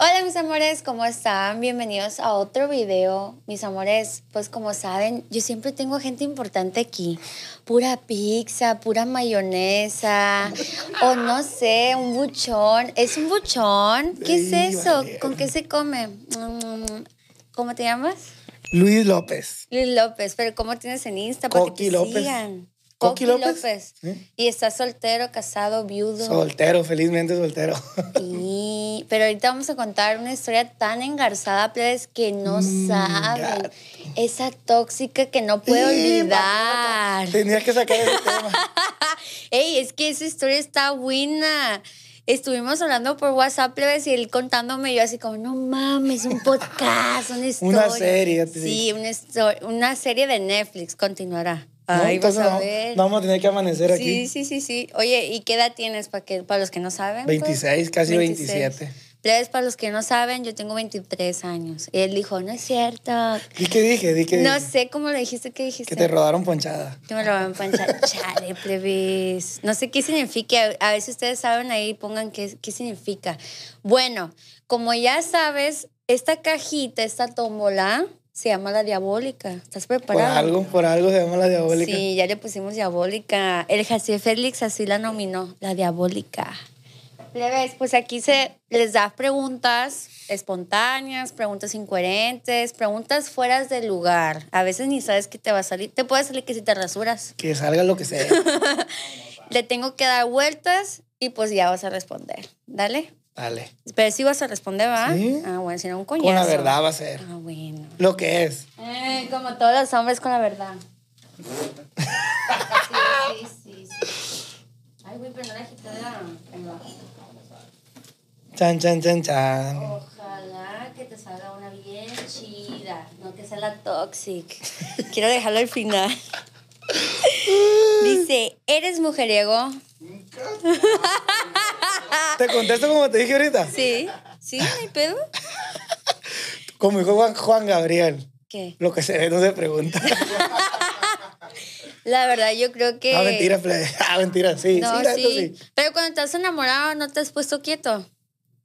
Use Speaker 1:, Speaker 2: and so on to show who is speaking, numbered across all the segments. Speaker 1: Hola mis amores, ¿cómo están? Bienvenidos a otro video. Mis amores, pues como saben, yo siempre tengo gente importante aquí. Pura pizza, pura mayonesa, o no sé, un buchón. ¿Es un buchón? ¿Qué es eso? ¿Con qué se come? Mm, ¿Cómo te llamas?
Speaker 2: Luis López.
Speaker 1: Luis López, pero ¿cómo tienes en Insta? Para
Speaker 2: Coqui
Speaker 1: que te
Speaker 2: López.
Speaker 1: sigan.
Speaker 2: Coqui
Speaker 1: Coqui
Speaker 2: López.
Speaker 1: López.
Speaker 2: Sí.
Speaker 1: Y estás soltero, casado, viudo.
Speaker 2: Soltero, felizmente soltero.
Speaker 1: Sí, pero ahorita vamos a contar una historia tan engarzada, plebes, que no saben.
Speaker 2: gato.
Speaker 1: Esa tóxica que no puedo
Speaker 2: Mm, Sí,
Speaker 1: olvidar.
Speaker 2: Tenía que sacar ese tema.
Speaker 1: Ey, es que esa historia está buena. Estuvimos hablando por WhatsApp, plebes, y él contándome yo así como, no mames, un podcast, una historia.
Speaker 2: serie, ya te
Speaker 1: Sí,
Speaker 2: dije.
Speaker 1: una, histo- una serie de Netflix, continuará.
Speaker 2: No,
Speaker 1: Ay, vas
Speaker 2: entonces
Speaker 1: a
Speaker 2: no,
Speaker 1: ver.
Speaker 2: no vamos a tener que amanecer
Speaker 1: Sí,
Speaker 2: aquí.
Speaker 1: sí, sí, sí. Oye, ¿y qué edad tienes para que para los que no saben?
Speaker 2: 26, casi 27.
Speaker 1: Plebes, para los que no saben, yo tengo 23 años. Y él dijo, no es cierto.
Speaker 2: ¿Y qué dije? Di que,
Speaker 1: No sé cómo le dijiste, ¿qué dijiste?
Speaker 2: que te rodaron ponchada.
Speaker 1: Yo me lo voy a empanchar. Chale, plebes. No sé qué significa. A ver si ustedes saben ahí, pongan qué, qué significa. Bueno, como ya sabes, esta cajita, esta tómbola, se llama la diabólica. ¿Estás
Speaker 2: Por
Speaker 1: preparado?
Speaker 2: algo, por algo se llama la diabólica.
Speaker 1: Sí, ya le pusimos diabólica. El Jaciel Félix así la nominó, la diabólica. Plebes, pues aquí se les da preguntas espontáneas, preguntas incoherentes, preguntas fuera de lugar. A veces ni sabes que te va a salir. Te puede salir que si te rasuras.
Speaker 2: Que salga lo que sea.
Speaker 1: Le tengo que dar vueltas y pues ya vas a responder. Dale.
Speaker 2: Dale.
Speaker 1: Pero sí vas a responder, ¿va?
Speaker 2: Sí.
Speaker 1: Ah, bueno, si no un coñazo.
Speaker 2: Con la verdad va a ser.
Speaker 1: Ah, bueno.
Speaker 2: Lo que es.
Speaker 1: Eh, como todos los hombres con la verdad. Sí, sí, sí. sí. Ay, güey, pero no la quité de la- ahí va.
Speaker 2: Chan, chan, chan, chan.
Speaker 1: Ojalá que te salga una bien chida, no que sea la toxic. Quiero dejarlo al final. Dice, ¿eres mujeriego?
Speaker 2: ¿Te contesto como te dije ahorita?
Speaker 1: Sí. ¿Sí? ¿No hay pedo?
Speaker 2: Como dijo Juan, Juan Gabriel.
Speaker 1: ¿Qué?
Speaker 2: Lo que se ve no se pregunta.
Speaker 1: La verdad, yo creo que...
Speaker 2: Ah, mentira, plebe. Ah, mentira, sí.
Speaker 1: No,
Speaker 2: sí, la neta,
Speaker 1: sí.
Speaker 2: sí.
Speaker 1: Pero cuando estás enamorado no te has puesto quieto,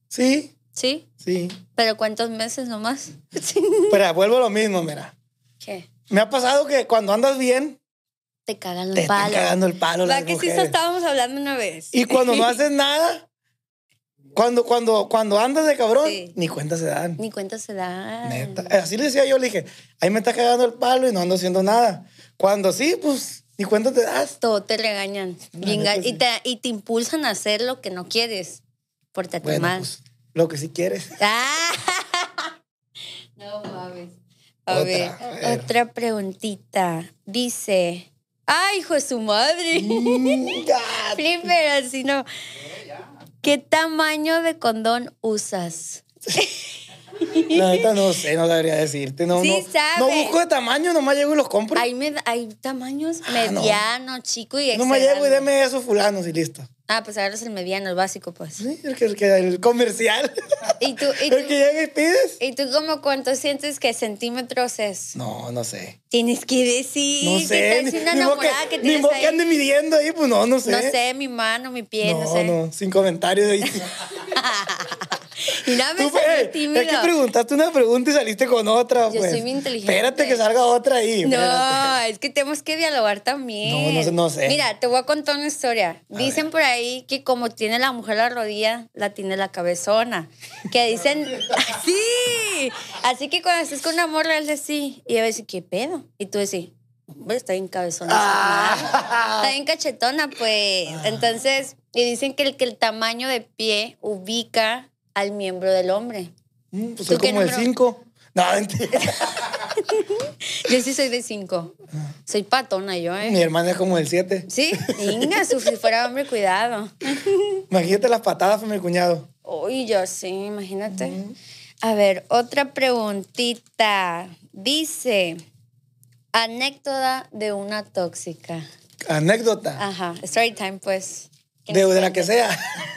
Speaker 2: Sí,
Speaker 1: ¿sí?
Speaker 2: sí.
Speaker 1: ¿Pero cuántos meses nomás?
Speaker 2: Pero vuelvo a lo mismo, mira.
Speaker 1: ¿Qué?
Speaker 2: Me ha pasado que cuando andas bien,
Speaker 1: Te cagan
Speaker 2: te
Speaker 1: los
Speaker 2: están
Speaker 1: palos.
Speaker 2: cagando el palo
Speaker 1: ¿Va
Speaker 2: las
Speaker 1: que sí
Speaker 2: mujeres.
Speaker 1: eso estábamos hablando una vez?
Speaker 2: Y cuando no haces nada, cuando, cuando, cuando andas de cabrón,
Speaker 1: Sí.
Speaker 2: ni cuenta se dan.
Speaker 1: Ni cuenta se da.
Speaker 2: Neta. Eh, Así le decía yo, le dije, ahí me está cagando el palo y no ando haciendo nada. Cuando sí, pues, ni cuenta te das.
Speaker 1: Todo te regañan.
Speaker 2: La
Speaker 1: Bien
Speaker 2: neta
Speaker 1: ga- y,
Speaker 2: sí.
Speaker 1: te, y te impulsan a hacer lo que no quieres. Pórtate
Speaker 2: Bueno,
Speaker 1: mal.
Speaker 2: pues, lo que sí quieres.
Speaker 1: Ah. No mames. A
Speaker 2: Otra,
Speaker 1: ver,
Speaker 2: a ver.
Speaker 1: otra preguntita. Dice. ¡Ay, hijo de su madre!
Speaker 2: Mm, ya.
Speaker 1: Flipper, así no. ¿Qué tamaño de condón usas?
Speaker 2: La neta no sé, no sabría decirte. No,
Speaker 1: Sí
Speaker 2: no, no
Speaker 1: sabes.
Speaker 2: busco de tamaño, nomás llego y los compro.
Speaker 1: Hay, med- hay tamaños
Speaker 2: Ah, no.
Speaker 1: mediano, chico y
Speaker 2: nomás llego y
Speaker 1: exagrande.
Speaker 2: deme esos fulanos y listo.
Speaker 1: Ah, pues ahora es el mediano, el básico, pues.
Speaker 2: Sí, el, que, el, que- el comercial.
Speaker 1: ¿Y tú, y
Speaker 2: el que
Speaker 1: tú,
Speaker 2: llega y pides.
Speaker 1: y tú como cuánto sientes que centímetros es?
Speaker 2: No, no sé.
Speaker 1: Tienes que decir.
Speaker 2: No
Speaker 1: que
Speaker 2: sé.
Speaker 1: estás
Speaker 2: Ni,
Speaker 1: una
Speaker 2: ni modo que,
Speaker 1: enamorada que,
Speaker 2: ni
Speaker 1: tienes
Speaker 2: modo que
Speaker 1: ahí.
Speaker 2: ande midiendo ahí, pues no, no sé.
Speaker 1: No sé, mi mano, mi pie, no,
Speaker 2: No,
Speaker 1: sé.
Speaker 2: no, sin comentarios ahí.
Speaker 1: Y nada, me
Speaker 2: Tú, pues,
Speaker 1: salió
Speaker 2: eh,
Speaker 1: tímido.
Speaker 2: es que preguntaste una pregunta y saliste con otra,
Speaker 1: Yo
Speaker 2: pues.
Speaker 1: soy bien inteligente. pues.
Speaker 2: Espérate que salga otra ahí. espérate.
Speaker 1: No, es que tenemos que dialogar también.
Speaker 2: No, no sé- no sé.
Speaker 1: Mira, te voy a contar una historia. Dicen por ahí que como tiene la mujer la rodilla, la tiene la cabezona. Que dicen, sí. Así que cuando estés con una morra, él decís, y a decir, ¿qué pedo? Y tú decís, hombre, está bien cabezona. esa
Speaker 2: Ah.
Speaker 1: madre. Está bien cachetona, pues. Entonces, y dicen que el, que el tamaño de pie ubica al miembro del hombre.
Speaker 2: Mm,
Speaker 1: ¿Tú
Speaker 2: Pues soy
Speaker 1: qué
Speaker 2: como el
Speaker 1: número?
Speaker 2: 5. No, mentira.
Speaker 1: Yo sí soy de cinco.
Speaker 2: Ah.
Speaker 1: Soy patona yo, ¿eh?
Speaker 2: Mi hermana es como del 7.
Speaker 1: Sí, Inga, su- si fuera hombre, cuidado.
Speaker 2: Imagínate las patadas con mi cuñado.
Speaker 1: Uy, yo sí, imagínate. A ver, otra preguntita. Dice, anécdota de una tóxica.
Speaker 2: Anécdota.
Speaker 1: Ajá, story time, pues. ¿Qué
Speaker 2: De,
Speaker 1: nos
Speaker 2: de la que
Speaker 1: cuentas?
Speaker 2: sea.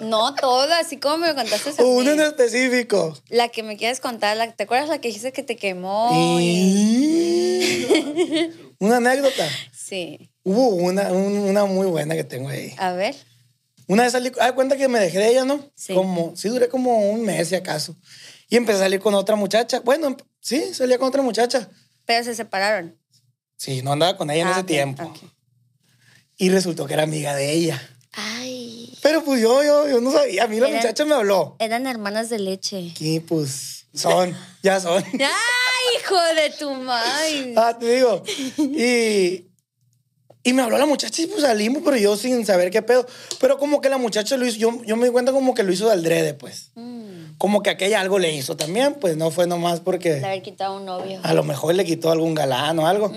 Speaker 1: No todas, así como me lo contaste. a
Speaker 2: Uno
Speaker 1: mí.
Speaker 2: en específico.
Speaker 1: La que me quieres contar, la- ¿te acuerdas la que dijiste que te quemó? y-
Speaker 2: Y- Una anécdota.
Speaker 1: Sí,
Speaker 2: Hubo una, un- una muy buena que tengo ahí.
Speaker 1: a ver.
Speaker 2: Una vez salí, ah, cuenta que me dejé de ella, ¿no?
Speaker 1: Sí.
Speaker 2: Como, sí, duré como un mes, si acaso. Y empecé a salir con otra muchacha. Bueno, emp- sí, salía con otra muchacha.
Speaker 1: Pero se separaron.
Speaker 2: Sí, no andaba con ella en
Speaker 1: Ah,
Speaker 2: ese
Speaker 1: ok,
Speaker 2: tiempo.
Speaker 1: ok.
Speaker 2: Y resultó que era amiga de ella.
Speaker 1: Ay,
Speaker 2: Pero pues yo, yo, yo no sabía. A mí la
Speaker 1: Era-
Speaker 2: muchacha me habló.
Speaker 1: eran hermanas de leche.
Speaker 2: Aquí, pues, son, ya son.
Speaker 1: ¡Ay, hijo de tu madre!
Speaker 2: Ah, te digo. Y, y me habló la muchacha y pues salimos, pero yo sin saber qué pedo. Pero como que la muchacha lo hizo, yo, yo me di cuenta como que lo hizo de aldrede, pues. Como que aquella algo le hizo también, pues no fue nomás porque...
Speaker 1: De haber quitado un novio.
Speaker 2: A lo mejor le quitó algún galán o algo.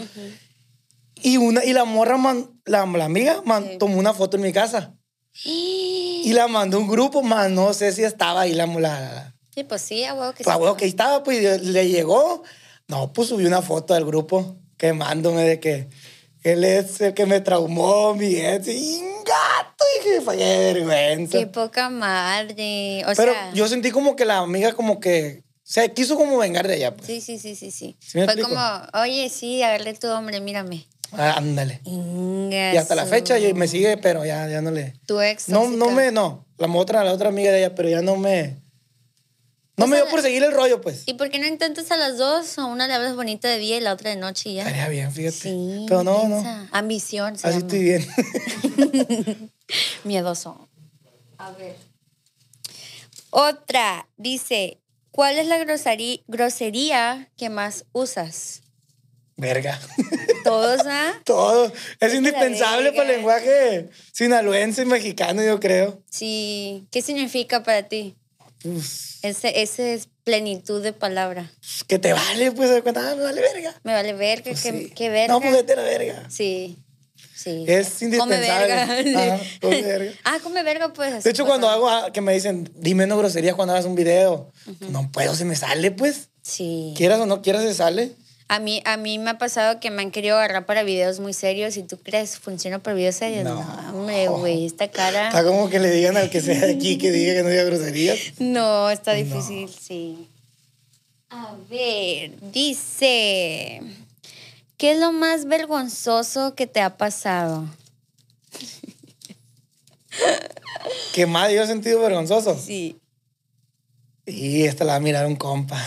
Speaker 2: Y, una, y la morra, man- la, la amiga, man- tomó una foto en mi casa. Y la mandó a un grupo, más no sé si estaba ahí la mulada.
Speaker 1: Sí, pues sí, a huevo que sí.
Speaker 2: La huevo que ahí Ah, estaba, pues le llegó. No, pues subí una foto del grupo quemándome de que él es el que me traumó, mi ex. Y gato, dije, fue de vergüenza.
Speaker 1: Qué poca madre. pues, O
Speaker 2: Pero
Speaker 1: sea,
Speaker 2: yo sentí como que la amiga como que se quiso como vengar de ella, pues.
Speaker 1: Sí, sí, sí, sí, sí.
Speaker 2: ¿Sí me
Speaker 1: Fue
Speaker 2: explico?
Speaker 1: como, oye, sí, agarré tu hombre, mírame.
Speaker 2: Ah, ándale.
Speaker 1: Inga
Speaker 2: Y hasta la
Speaker 1: su-
Speaker 2: fecha yo- me sigue, pero ya, ya no le...
Speaker 1: Tu ex.
Speaker 2: No, no
Speaker 1: tóxica.
Speaker 2: me, no. La otra, la otra amiga de ella, pero ya no me. No
Speaker 1: O
Speaker 2: me
Speaker 1: sea,
Speaker 2: dio por seguir el rollo, pues.
Speaker 1: ¿Y por qué no intentas a las dos? A una le hablas bonita de día y la otra de noche y ya.
Speaker 2: Estaría bien, fíjate.
Speaker 1: Sí.
Speaker 2: pero no, no.
Speaker 1: piensa. Ambición. se
Speaker 2: Así
Speaker 1: llama.
Speaker 2: estoy bien.
Speaker 1: Miedoso. A ver. Otra dice, ¿cuál es la groserí- grosería que más usas?
Speaker 2: Verga.
Speaker 1: Todos, ¿ah?
Speaker 2: Todo. Es
Speaker 1: la
Speaker 2: indispensable para el
Speaker 1: verga.
Speaker 2: lenguaje sinaloense y mexicano, yo creo.
Speaker 1: Sí. ¿Qué significa para ti?
Speaker 2: Pues,
Speaker 1: Ese, ese es plenitud de palabra.
Speaker 2: que te vale, pues, de cuenta, ah, me vale verga.
Speaker 1: Me vale verga,
Speaker 2: Pues
Speaker 1: que,
Speaker 2: sí.
Speaker 1: que verga.
Speaker 2: No, pues vete a la verga.
Speaker 1: Sí, sí.
Speaker 2: Es
Speaker 1: Come
Speaker 2: indispensable.
Speaker 1: verga.
Speaker 2: Ajá, come verga.
Speaker 1: ah, come verga, pues.
Speaker 2: De hecho, cuando hago ah, que me dicen, dime no groserías cuando hagas un video. No puedo, se me sale, pues.
Speaker 1: Sí.
Speaker 2: Quieras o no quieras, se sale.
Speaker 1: A mí, a mí me ha pasado que me han querido agarrar para videos muy serios y tú crees, funciona para videos serios. No,
Speaker 2: No.
Speaker 1: hombre, güey, esta cara.
Speaker 2: Está como que le digan al que sea de aquí que diga que no diga groserías.
Speaker 1: No, está difícil, sí. A ver, dice, ¿qué es lo más vergonzoso que te ha pasado?
Speaker 2: Que más yo he sentido vergonzoso.
Speaker 1: Sí.
Speaker 2: Y esta la va a mirar un compa.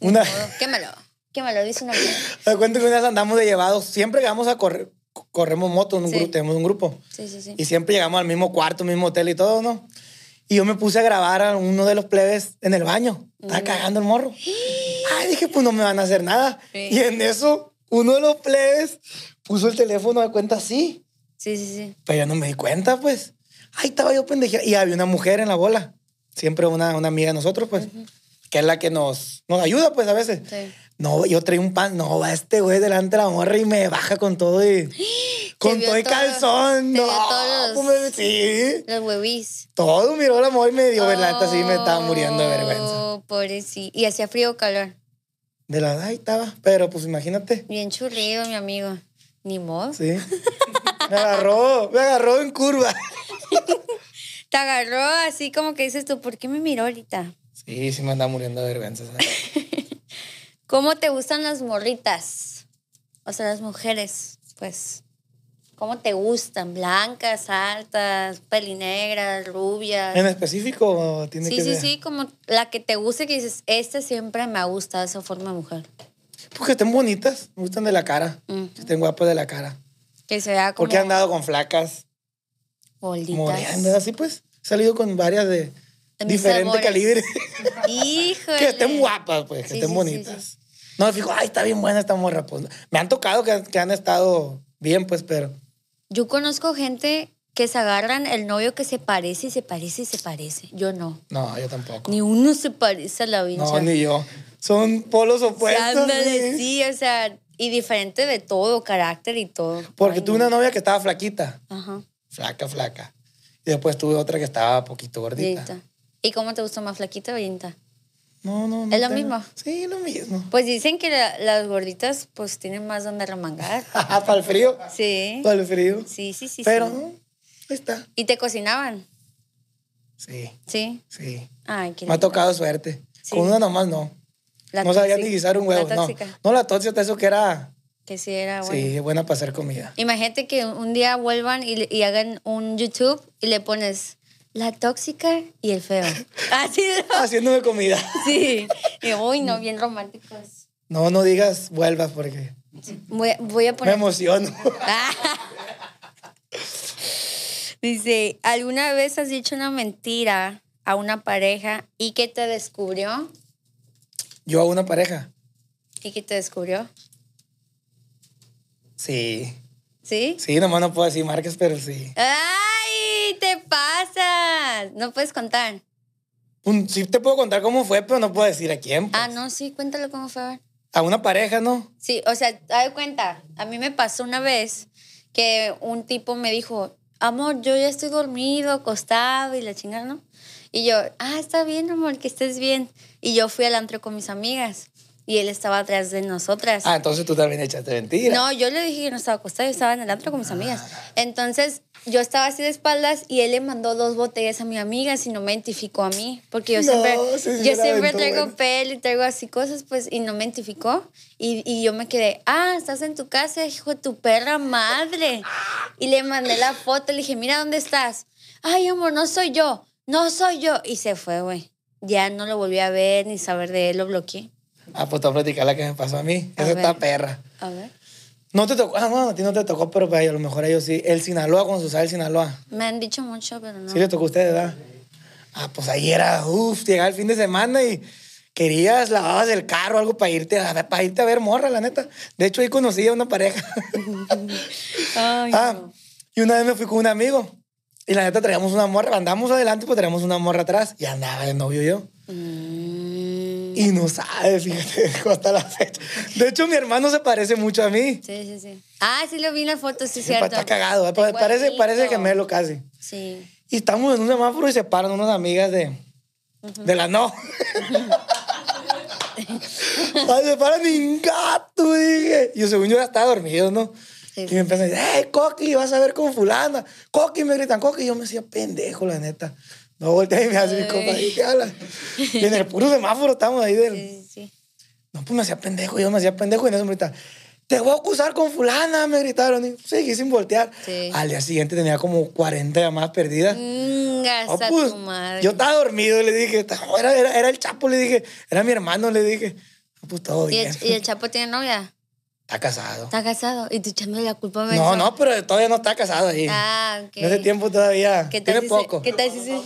Speaker 2: Una,
Speaker 1: Oh, Quémalo, quémalo, dice una cosa.
Speaker 2: te cuento que una vez andamos de llevados. Siempre que vamos a correr, corremos moto, en un
Speaker 1: Sí.
Speaker 2: grupo, tenemos un grupo.
Speaker 1: Sí, sí, sí.
Speaker 2: Y siempre llegamos al mismo cuarto, mismo hotel y todo, ¿no? Y yo me puse a grabar a uno de los plebes en el baño. Estaba cagando el morro. Ay, dije, pues no me van a hacer nada.
Speaker 1: Sí.
Speaker 2: Y en eso, uno de los plebes puso el teléfono de cuenta así.
Speaker 1: Sí, sí, sí.
Speaker 2: Pero yo no me di cuenta, pues. Ahí estaba yo pendejía. Y había una mujer en la bola. Siempre una, una amiga de nosotros, pues. Que es la que nos, nos ayuda, pues, a veces.
Speaker 1: Sí.
Speaker 2: No, yo traí un pan. No, va este güey delante de la morra y me baja con todo y... Con
Speaker 1: vio
Speaker 2: todo y
Speaker 1: todo-
Speaker 2: calzón.
Speaker 1: te
Speaker 2: No,
Speaker 1: vio todos los-
Speaker 2: pues, me- sí.
Speaker 1: Los huevís.
Speaker 2: Todo miró la morra y me dio vergüenza. Así me estaba muriendo de vergüenza.
Speaker 1: Oh, pobrecito. Y hacía frío o calor.
Speaker 2: De la ahí estaba. Pero, pues, imagínate.
Speaker 1: Bien churrido, mi amigo. Ni modo.
Speaker 2: Sí. Me agarró, me agarró en curva.
Speaker 1: Te agarró así como que dices tú, ¿por qué me miró ahorita?
Speaker 2: Sí, sí me andaba muriendo de vergüenza. ¿sabes?
Speaker 1: ¿Cómo te gustan las morritas? O sea, las mujeres, pues. ¿Cómo te gustan? Blancas, altas, pelinegras, rubias.
Speaker 2: ¿En específico o tiene
Speaker 1: Sí,
Speaker 2: que
Speaker 1: sí,
Speaker 2: ver?
Speaker 1: sí, como la que te guste, que dices, esta siempre me ha gustado esa forma de mujer.
Speaker 2: Porque estén bonitas, me gustan de la cara.
Speaker 1: Ujú.
Speaker 2: Que estén guapas de la cara.
Speaker 1: Que se vea como
Speaker 2: Porque he andado con flacas, moreando,
Speaker 1: bolditas.
Speaker 2: así pues. He salido con varias de
Speaker 1: mis
Speaker 2: diferente
Speaker 1: sabores.
Speaker 2: calibre.
Speaker 1: Híjole.
Speaker 2: que estén guapas, pues, que
Speaker 1: Sí,
Speaker 2: estén
Speaker 1: sí, sí,
Speaker 2: bonitas. No, fijo, ay, está bien buena esta morra. Pues. Me han tocado que, que han estado bien, pues, pero.
Speaker 1: Yo conozco gente que se agarran el novio que se parece y se parece y se parece. Yo no.
Speaker 2: No, yo tampoco.
Speaker 1: Ni uno se parece a la vincha.
Speaker 2: no, ni yo. son polos
Speaker 1: O sea,
Speaker 2: opuestos.
Speaker 1: ándale,
Speaker 2: güey.
Speaker 1: sí, o sea, y diferente de todo, carácter y todo.
Speaker 2: Porque
Speaker 1: Ay,
Speaker 2: tuve una novia que estaba flaquita,
Speaker 1: Ajá,
Speaker 2: flaca, flaca. Y después tuve otra que estaba poquito gordita.
Speaker 1: lenta. ¿Y cómo te gustó más flaquita o lenta?
Speaker 2: No, no, no.
Speaker 1: ¿Es lo
Speaker 2: tengo-
Speaker 1: mismo?
Speaker 2: Sí, lo mismo.
Speaker 1: Pues dicen que la- las gorditas pues tienen más donde remangar.
Speaker 2: Para el frío.
Speaker 1: Sí.
Speaker 2: Para el frío.
Speaker 1: Sí, sí, sí.
Speaker 2: Pero,
Speaker 1: sí.
Speaker 2: ¿no? Ahí está.
Speaker 1: ¿Y te cocinaban?
Speaker 2: Sí,
Speaker 1: Sí.
Speaker 2: sí.
Speaker 1: Ay, qué
Speaker 2: Me ha
Speaker 1: lindo.
Speaker 2: tocado suerte.
Speaker 1: Sí.
Speaker 2: Con una nomás no.
Speaker 1: La
Speaker 2: no sabía
Speaker 1: tóxica.
Speaker 2: ni guisar un huevo.
Speaker 1: La
Speaker 2: no.
Speaker 1: tóxica.
Speaker 2: no, la tóxica, eso que era.
Speaker 1: Que sí era bueno.
Speaker 2: Sí, buena para hacer comida.
Speaker 1: Imagínate que un día vuelvan y, le- y hagan un YouTube y le pones la tóxica y el feo. Así.
Speaker 2: Haciéndome comida.
Speaker 1: sí. Y uy, no, bien románticos.
Speaker 2: No, no digas vuelvas porque
Speaker 1: Voy, a- voy a
Speaker 2: me
Speaker 1: poner.
Speaker 2: emociono.
Speaker 1: Dice, ¿alguna vez has dicho una mentira a una pareja y que te descubrió?
Speaker 2: Yo a una pareja.
Speaker 1: ¿Y que te descubrió?
Speaker 2: Sí.
Speaker 1: ¿Sí?
Speaker 2: Sí, nomás no puedo decir marcas, pero sí.
Speaker 1: ¡Ay! ¡Te pasas! No puedes contar.
Speaker 2: Un- sí te puedo contar cómo fue, pero no puedo decir a quién. pues.
Speaker 1: Ah, no, sí, cuéntalo cómo fue. a ver.
Speaker 2: A una pareja, ¿no?
Speaker 1: Sí, o sea, haz de cuenta, a mí me pasó una vez que un tipo me dijo, amor, yo ya estoy dormido, acostado y la chingada, ¿no? Y yo, ah, está bien, amor, que estés bien. Y yo fui al antro con mis amigas y él estaba atrás de nosotras.
Speaker 2: Ah, entonces tú también echaste mentira.
Speaker 1: No, yo le dije que no estaba acostada, yo estaba en el antro con mis amigas. Entonces, yo estaba así de espaldas y él le mandó dos botellas a mi amiga si no me identificó a mí. Porque yo
Speaker 2: No,
Speaker 1: siempre,
Speaker 2: sí, sí,
Speaker 1: yo
Speaker 2: era
Speaker 1: siempre
Speaker 2: aventó,
Speaker 1: traigo
Speaker 2: bueno.
Speaker 1: pelo y traigo así cosas, pues, y no me identificó. Y, y yo me quedé, ah, estás en tu casa, hijo de tu perra madre. Y le mandé la foto, le dije, mira dónde estás. Ay, amor, no soy yo, no soy yo. Y se fue, güey. Ya no lo volví a ver ni saber de él, lo bloqueé.
Speaker 2: Ah, pues te voy a platicar la que me pasó a mí.
Speaker 1: A
Speaker 2: Esa está
Speaker 1: ver.
Speaker 2: perra.
Speaker 1: A ver.
Speaker 2: No te tocó. Ah, no, a ti no te tocó, pero para ellos, a lo mejor a ellos sí. El Sinaloa, cuando se usaba el Sinaloa.
Speaker 1: Me han dicho mucho, pero no.
Speaker 2: Sí le tocó a ustedes, ¿verdad? Ah, pues ahí era, uff, llegaba el fin de semana y querías, lavabas el carro, algo para irte, a, para irte a ver morra, la neta. De hecho, ahí conocí a una pareja.
Speaker 1: Ay,
Speaker 2: ah,
Speaker 1: no.
Speaker 2: y una vez me fui con un amigo y la neta traíamos una morra, andamos adelante, pues traíamos una morra atrás y andaba de novio yo.
Speaker 1: Mm,
Speaker 2: Y no sabe, fíjate, hasta la fecha. De hecho, mi hermano se parece mucho a mí.
Speaker 1: Sí, sí, sí. Ah, sí lo vi en la foto, sí, cierto.
Speaker 2: Está cagado, eh, pa- parece,
Speaker 1: Igualito.
Speaker 2: parece gemelo casi.
Speaker 1: Sí.
Speaker 2: Y estamos en un semáforo y se paran unas amigas de, de la no. Ay, se paran en gato, dije. Yo según yo ya estaba dormido, ¿no?
Speaker 1: Sí.
Speaker 2: Y me empiezan a decir, hey, Coqui, vas a ver con fulana. Coqui, me gritan, Coqui. Y yo me decía, pendejo, la neta. No volteé y me hace mi compa.
Speaker 1: Ay.
Speaker 2: dije, "Ala". Y en el puro semáforo estamos ahí del...
Speaker 1: Sí, sí, sí.
Speaker 2: No, pues me hacía pendejo, yo me hacía pendejo y en eso me gritaban, te voy a acusar con fulana, me gritaron. Y seguí sin voltear.
Speaker 1: Sí.
Speaker 2: Al día siguiente tenía como 40 llamadas perdidas.
Speaker 1: Chingas
Speaker 2: No,
Speaker 1: a
Speaker 2: pues,
Speaker 1: tu madre.
Speaker 2: Yo estaba dormido, le dije, "No, era, era- era el Chapo, le dije, era mi hermano, le dije. No, pues todo
Speaker 1: ¿Y
Speaker 2: bien.
Speaker 1: el, y el Chapo tiene novia?
Speaker 2: Está casado.
Speaker 1: ¿Está casado? ¿Y tú echándole la culpa a
Speaker 2: No,
Speaker 1: Benzo?
Speaker 2: no, pero todavía no está casado ahí.
Speaker 1: Ah, ok.
Speaker 2: En ese tiempo todavía.
Speaker 1: ¿Qué tal
Speaker 2: Tiene
Speaker 1: si se-
Speaker 2: poco.
Speaker 1: ¿Qué tal si se-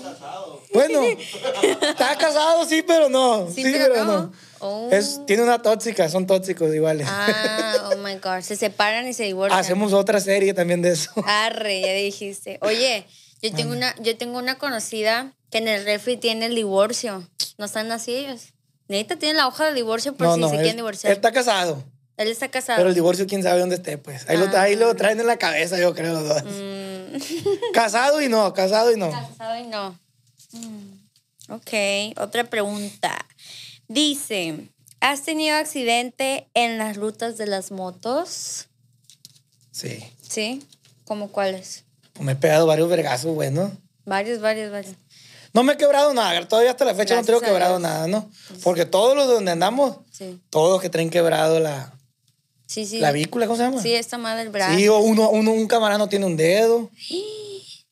Speaker 2: Bueno, está casado, sí, pero no. Sí, pero, no.
Speaker 1: Oh.
Speaker 2: Es, tiene una tóxica, son tóxicos iguales.
Speaker 1: Ah, oh my God. Se separan y se divorcian.
Speaker 2: Hacemos otra serie también de eso.
Speaker 1: Ah, Arre, ya dijiste. Oye, yo tengo, una, yo tengo una conocida que en el refri tiene el divorcio. No están así ellos. Neta tiene la hoja de divorcio por si se
Speaker 2: él-
Speaker 1: quieren divorciar.
Speaker 2: Él está casado,
Speaker 1: Él está casado.
Speaker 2: pero el divorcio quién sabe dónde esté, pues. Ahí, lo, ahí
Speaker 1: Ah.
Speaker 2: lo traen en la cabeza, yo creo, los dos. casado y no, casado y no.
Speaker 1: Mm, Casado y no. Mm, Ok, otra pregunta. Dice, ¿has tenido accidente en las rutas de las motos?
Speaker 2: Sí,
Speaker 1: ¿Sí? ¿Cómo cuáles?
Speaker 2: pues me he pegado varios vergazos, bueno.
Speaker 1: Varios, varios, varios.
Speaker 2: No me he quebrado nada, todavía hasta la fecha
Speaker 1: Gracias
Speaker 2: no
Speaker 1: a
Speaker 2: tengo quebrado
Speaker 1: Dios.
Speaker 2: nada, ¿no? Porque todos los donde andamos,
Speaker 1: Sí,
Speaker 2: todos que traen quebrado la,
Speaker 1: sí, sí.
Speaker 2: la vícula, ¿cómo se llama?
Speaker 1: Sí, esta madre, el brazo.
Speaker 2: Sí, o uno, uno, un camarada no tiene un dedo.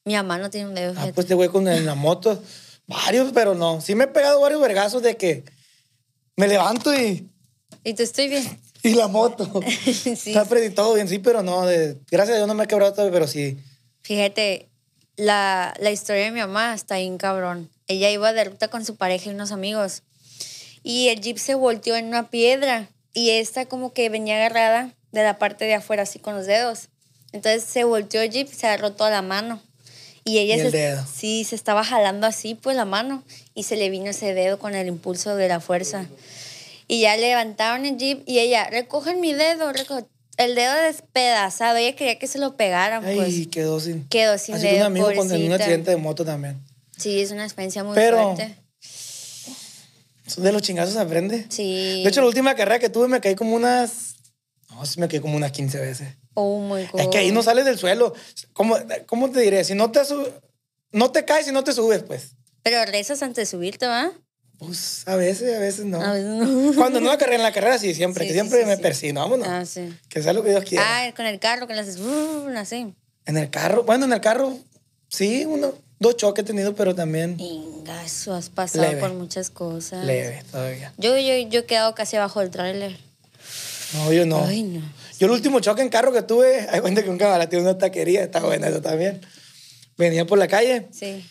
Speaker 1: Mi mamá no tiene un dedo.
Speaker 2: Ah,
Speaker 1: fíjate.
Speaker 2: pues este güey con en la moto. Varios, pero no. Sí me he pegado varios vergazos de que me levanto y,
Speaker 1: Y te estoy bien.
Speaker 2: y la moto.
Speaker 1: sí.
Speaker 2: Está Freddy todo bien, sí, pero no. de- gracias a Dios no me he quebrado todavía, pero sí.
Speaker 1: Fíjate, la, la historia de mi mamá está bien cabrón. Ella iba de ruta con su pareja y unos amigos. Y el jeep se volteó en una piedra. Y esta como que venía agarrada de la parte de afuera, así con los dedos. Entonces se volteó el jeep, se agarró toda la mano. Y ella
Speaker 2: Y el
Speaker 1: se,
Speaker 2: dedo.
Speaker 1: sí, se estaba jalando así, pues la mano. Y se le vino ese dedo con el impulso de la fuerza. Y ya levantaron el jeep y ella, recogen mi dedo, recogen el dedo despedazado. Ella quería que se lo pegaran,
Speaker 2: Ay,
Speaker 1: pues.
Speaker 2: quedó sin.
Speaker 1: Quedó sin
Speaker 2: Así
Speaker 1: dedo,
Speaker 2: que un amigo con, en un
Speaker 1: pobrecita.
Speaker 2: accidente de moto también.
Speaker 1: Sí, es una experiencia muy
Speaker 2: Pero-
Speaker 1: fuerte.
Speaker 2: De los chingazos se aprende.
Speaker 1: Sí.
Speaker 2: De hecho, la última carrera que tuve me caí como unas. No, sí me caí como unas 15 veces.
Speaker 1: oh my God.
Speaker 2: Es que ahí no sales del suelo. ¿Cómo, cómo te diré? Si no te su- no te caes y no te subes, pues.
Speaker 1: Pero rezas antes de subirte, ¿va?
Speaker 2: Pues a veces, a veces no.
Speaker 1: A veces no.
Speaker 2: Cuando no la carrera en la carrera, sí, siempre.
Speaker 1: Sí,
Speaker 2: que
Speaker 1: sí,
Speaker 2: siempre
Speaker 1: sí,
Speaker 2: me
Speaker 1: sí.
Speaker 2: persino, vámonos.
Speaker 1: Ah, sí.
Speaker 2: Que sea lo que Dios quiera.
Speaker 1: Ah, con el carro que le haces "Brr", así.
Speaker 2: En el carro, bueno, en el carro, sí, uno, dos choques he tenido, pero también
Speaker 1: Ingaso, has pasado
Speaker 2: Leve.
Speaker 1: por muchas cosas.
Speaker 2: leve todavía.
Speaker 1: Yo, yo, yo he quedado casi abajo del tráiler.
Speaker 2: No, yo no.
Speaker 1: Ay, no.
Speaker 2: Yo el último choque en carro que tuve, hay cuenta que un camarada tiene una taquería, está buena eso también. Venía por la calle
Speaker 1: Sí.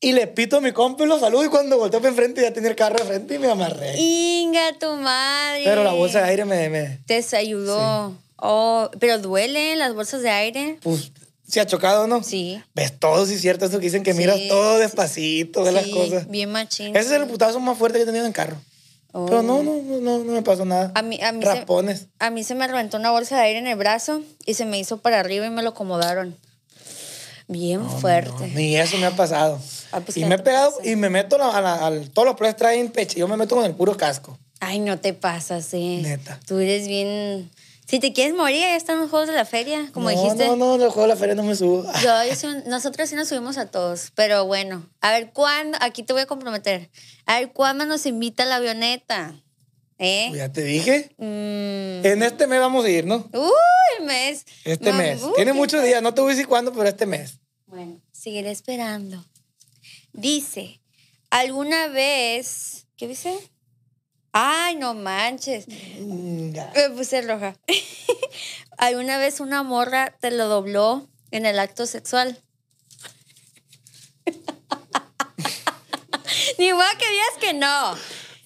Speaker 2: y le pito a mi compa y lo saludo y cuando volteo para enfrente ya tenía el carro de frente y me amarré.
Speaker 1: Inga, tu madre.
Speaker 2: Pero la bolsa de aire me, me
Speaker 1: Te ayudó. Oh, pero duelen las bolsas de aire.
Speaker 2: pues, se ha chocado, ¿no?
Speaker 1: Sí.
Speaker 2: Ves todo, sí, cierto, eso que dicen que
Speaker 1: Sí.
Speaker 2: miras todo despacito, ves las
Speaker 1: Sí,
Speaker 2: cosas.
Speaker 1: Bien machín.
Speaker 2: Ese es el putazo más fuerte que he tenido en carro.
Speaker 1: Oh.
Speaker 2: Pero no, no, no, no, no me pasó nada.
Speaker 1: A mí, a mí
Speaker 2: Raspones.
Speaker 1: Se, a mí se me reventó una bolsa de aire en el brazo y se me hizo para arriba y me lo acomodaron. Bien
Speaker 2: No,
Speaker 1: fuerte.
Speaker 2: ni eso me ha pasado.
Speaker 1: Ah, pues,
Speaker 2: y
Speaker 1: ¿qué
Speaker 2: me he
Speaker 1: te
Speaker 2: pegado
Speaker 1: pasa?
Speaker 2: y me meto la- a la- al- todos los players traen pecho. Yo me meto con el puro casco.
Speaker 1: Ay, no te pasas, eh.
Speaker 2: Neta.
Speaker 1: Tú eres bien. Si te quieres morir, ya están los juegos de la feria, como
Speaker 2: no,
Speaker 1: dijiste.
Speaker 2: No, no, en el juego de la feria no me subo. Ah,
Speaker 1: Yo hice un- nosotros sí nos subimos a todos, pero bueno, a ver cuándo, aquí te voy a comprometer, a ver cuándo nos invita la avioneta, ¿eh?
Speaker 2: pues Ya te dije.
Speaker 1: Mm.
Speaker 2: En este mes vamos a ir, ¿no?
Speaker 1: Uy, el mes.
Speaker 2: Este
Speaker 1: Mam-
Speaker 2: mes.
Speaker 1: uy,
Speaker 2: Tiene
Speaker 1: qué-
Speaker 2: muchos días, no te voy a decir cuándo, pero este mes.
Speaker 1: Bueno, seguiré esperando. Dice, ¿alguna vez, qué dice? Ay, no manches,
Speaker 2: Mm, ya.
Speaker 1: me puse roja. ¿Alguna vez una morra te lo dobló en el acto sexual? Ni voy que digas que no.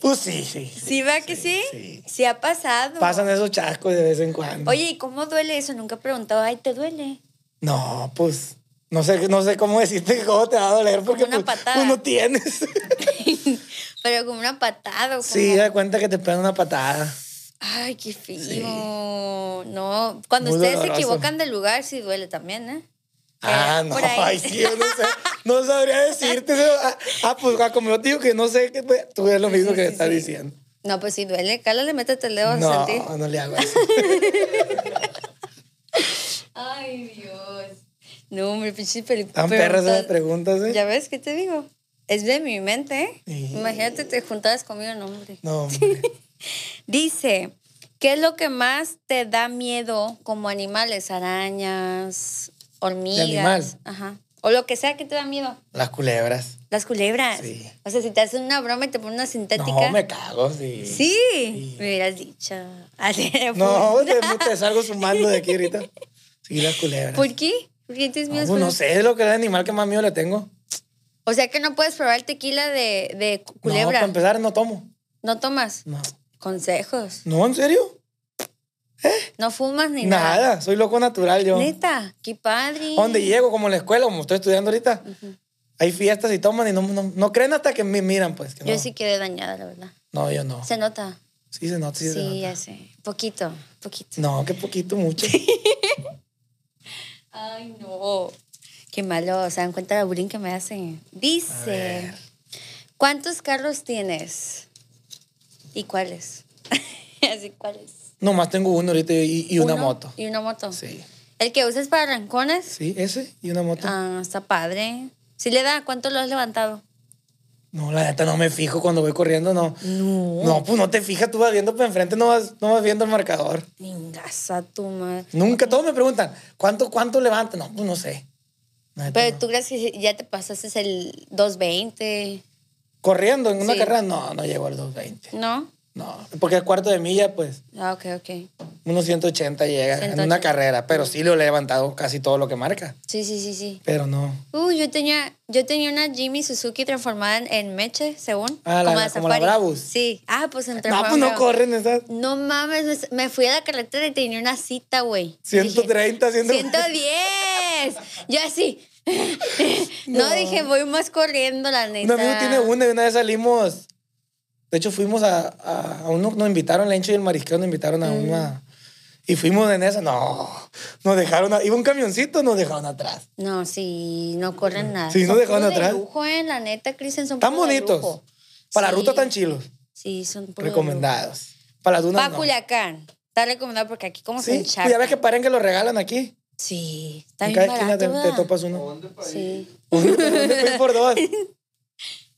Speaker 2: Pues sí, sí.
Speaker 1: ¿Sí va que sí?
Speaker 2: sí.
Speaker 1: Sí, ha pasado.
Speaker 2: Pasan esos chascos de vez en cuando.
Speaker 1: Oye, ¿y cómo duele eso? Nunca he preguntado, ay, ¿te duele?
Speaker 2: No, pues. No sé, no sé cómo decirte que cómo te va a doler porque
Speaker 1: una
Speaker 2: pues,
Speaker 1: patada.
Speaker 2: pues no tienes.
Speaker 1: Pero como una patada. o Como...
Speaker 2: sí, da cuenta que te pegan una patada.
Speaker 1: Eh, Ay, qué feo. No, cuando
Speaker 2: Muy
Speaker 1: ustedes
Speaker 2: doloroso.
Speaker 1: se equivocan de lugar, sí duele también, ¿eh?
Speaker 2: Ah,
Speaker 1: Eh,
Speaker 2: no,
Speaker 1: por ahí.
Speaker 2: ay, sí, yo no sé. No sabría decirte. pero, ah, ah, pues ah, como yo te digo que no sé, que, pues, tú es lo mismo que me estás diciendo.
Speaker 1: No, pues sí duele. Cálale, métete el dedo a sentir.
Speaker 2: No, no le hago eso.
Speaker 1: Ay, Dios. No, hombre, pinche película.
Speaker 2: Tan perras esas preguntas, ¿eh?
Speaker 1: Ya ves, ¿qué te digo? Es de mi mente, ¿eh?
Speaker 2: Sí.
Speaker 1: Imagínate, te juntabas conmigo, no, hombre.
Speaker 2: No, hombre.
Speaker 1: Dice, ¿qué es lo que más te da miedo como animales? Arañas, hormigas.
Speaker 2: ¿De animal?
Speaker 1: Ajá. O lo que sea que te da miedo.
Speaker 2: las culebras.
Speaker 1: Las culebras.
Speaker 2: Sí.
Speaker 1: O sea, si te hacen una broma y te ponen una sintética.
Speaker 2: No, me cago, sí.
Speaker 1: Sí, me hubieras dicho. Así era,
Speaker 2: No,
Speaker 1: pues.
Speaker 2: te, te salgo sumando de aquí ahorita. Sí, las culebras.
Speaker 1: ¿Por qué? ¿Por qué tienes miedo?
Speaker 2: no,
Speaker 1: a
Speaker 2: pues, no
Speaker 1: las culebras?
Speaker 2: sé, es lo que es el animal que más miedo le tengo.
Speaker 1: O sea que no puedes probar el tequila de, de
Speaker 2: No, para
Speaker 1: culebra. No,
Speaker 2: empezar, no tomo.
Speaker 1: tomas
Speaker 2: No.
Speaker 1: consejos.
Speaker 2: No, ¿en serio?
Speaker 1: No fumas ni
Speaker 2: Nada,
Speaker 1: nada.
Speaker 2: soy loco natural yo.
Speaker 1: Neta, qué padre.
Speaker 2: ¿A dónde llego? Como en la escuela, como estoy estudiando ahorita. Hay fiestas y toman y no, no, no creen hasta que me miran, pues. que
Speaker 1: Yo
Speaker 2: no.
Speaker 1: sí quedé dañada, la verdad.
Speaker 2: No, yo no.
Speaker 1: Se nota.
Speaker 2: Sí se nota, sí,
Speaker 1: Sí,
Speaker 2: se nota.
Speaker 1: ya sé. Poquito, poquito.
Speaker 2: No, que poquito, mucho.
Speaker 1: Ay, no. Qué malo. Se dan cuenta de bullying que me hacen. Dice,
Speaker 2: ver.
Speaker 1: ¿cuántos carros tienes? ¿Y cuáles? Así, ¿cuáles?
Speaker 2: Nomás tengo uno ahorita y, y una
Speaker 1: ¿Uno?
Speaker 2: moto.
Speaker 1: ¿Y una moto?
Speaker 2: Sí.
Speaker 1: ¿El que usas para arrancones?
Speaker 2: Sí, ese y una moto.
Speaker 1: Ah, está padre. ¿Sí le da? ¿Cuánto lo has levantado?
Speaker 2: No, la neta no me fijo cuando voy corriendo, no. No. pues no te fijas, tú vas viendo para enfrente, no vas, no vas viendo el marcador.
Speaker 1: Ningasa, tu madre.
Speaker 2: Nunca, todos me preguntan, ¿cuánto, cuánto levanta? No, pues no sé. La neta,
Speaker 1: Pero
Speaker 2: no.
Speaker 1: tú crees que ya te pasaste el 220,
Speaker 2: Corriendo en una
Speaker 1: Sí.
Speaker 2: carrera, no, no llego al 220.
Speaker 1: ¿no?
Speaker 2: No, porque el cuarto de milla, pues,
Speaker 1: Ah, ok, ok.
Speaker 2: unos 180 llega en una
Speaker 1: 180.
Speaker 2: carrera, pero sí lo he levantado casi todo lo que marca.
Speaker 1: Sí, sí, sí, sí.
Speaker 2: Pero no.
Speaker 1: Uy, yo tenía, yo tenía una Jimmy Suzuki transformada en, en Meche, según.
Speaker 2: Ah, la- la- como la
Speaker 1: Safari.
Speaker 2: Brabus.
Speaker 1: Sí. Ah, pues en
Speaker 2: No, pues no
Speaker 1: Brabus.
Speaker 2: corren esas.
Speaker 1: No mames, me me fui a la carretera y tenía una cita, güey.
Speaker 2: 130, 140.
Speaker 1: 110. Yo así. No, dije, voy más corriendo, la
Speaker 2: Un
Speaker 1: neta.
Speaker 2: amigo tiene una y una vez salimos De hecho, fuimos a, a, a uno, nos invitaron, Lencho y el Marisqueo nos invitaron a una.
Speaker 1: Mm.
Speaker 2: Y fuimos en esa, no, nos dejaron, a- iba un camioncito, nos dejaron atrás.
Speaker 1: No, sí, no corren nada.
Speaker 2: Sí, no
Speaker 1: Son
Speaker 2: dejaron
Speaker 1: puros de
Speaker 2: atrás.
Speaker 1: lujo, eh, la neta, Cristian, son
Speaker 2: Están
Speaker 1: puros de
Speaker 2: bonitos.
Speaker 1: lujo.
Speaker 2: Para
Speaker 1: Sí,
Speaker 2: rutas tan chilos,
Speaker 1: Sí, son puros de lujo.
Speaker 2: recomendados. Para las dunas,
Speaker 1: Va a
Speaker 2: no.
Speaker 1: Culiacán. Está recomendado porque aquí como se
Speaker 2: Sí, pues
Speaker 1: encharca.
Speaker 2: ya ves que paren que lo regalan aquí.
Speaker 1: Sí, está
Speaker 2: en
Speaker 1: bien
Speaker 2: cada
Speaker 1: barato,
Speaker 2: esquina te, te
Speaker 1: ¿verdad?
Speaker 2: topas uno.
Speaker 1: Sí.
Speaker 2: Uno fui por dos.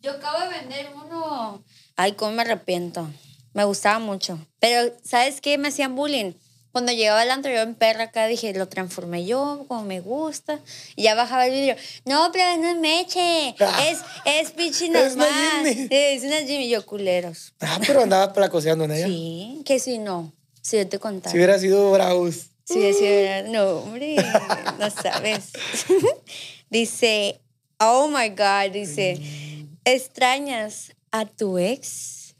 Speaker 1: Yo acabo de vender uno. Ay, cómo me arrepiento. Me gustaba mucho. Pero, ¿sabes qué? Me hacían bullying. Cuando llegaba el anterior en perra acá, dije, lo transformé yo, como me gusta. Y ya bajaba el vidrio. No, pero no es meche. Es, es pinche
Speaker 2: Ah. Es una
Speaker 1: normal.
Speaker 2: Jimny.
Speaker 1: Es una Jimmy. Yo, culeros.
Speaker 2: Ah, pero andabas placoseando en ella.
Speaker 1: Sí, que si no. Si yo te contara.
Speaker 2: Si hubiera sido Braus.
Speaker 1: Sí, sí, ¿verdad? no, hombre, no sabes. dice, oh my God, dice, ¿extrañas a tu ex?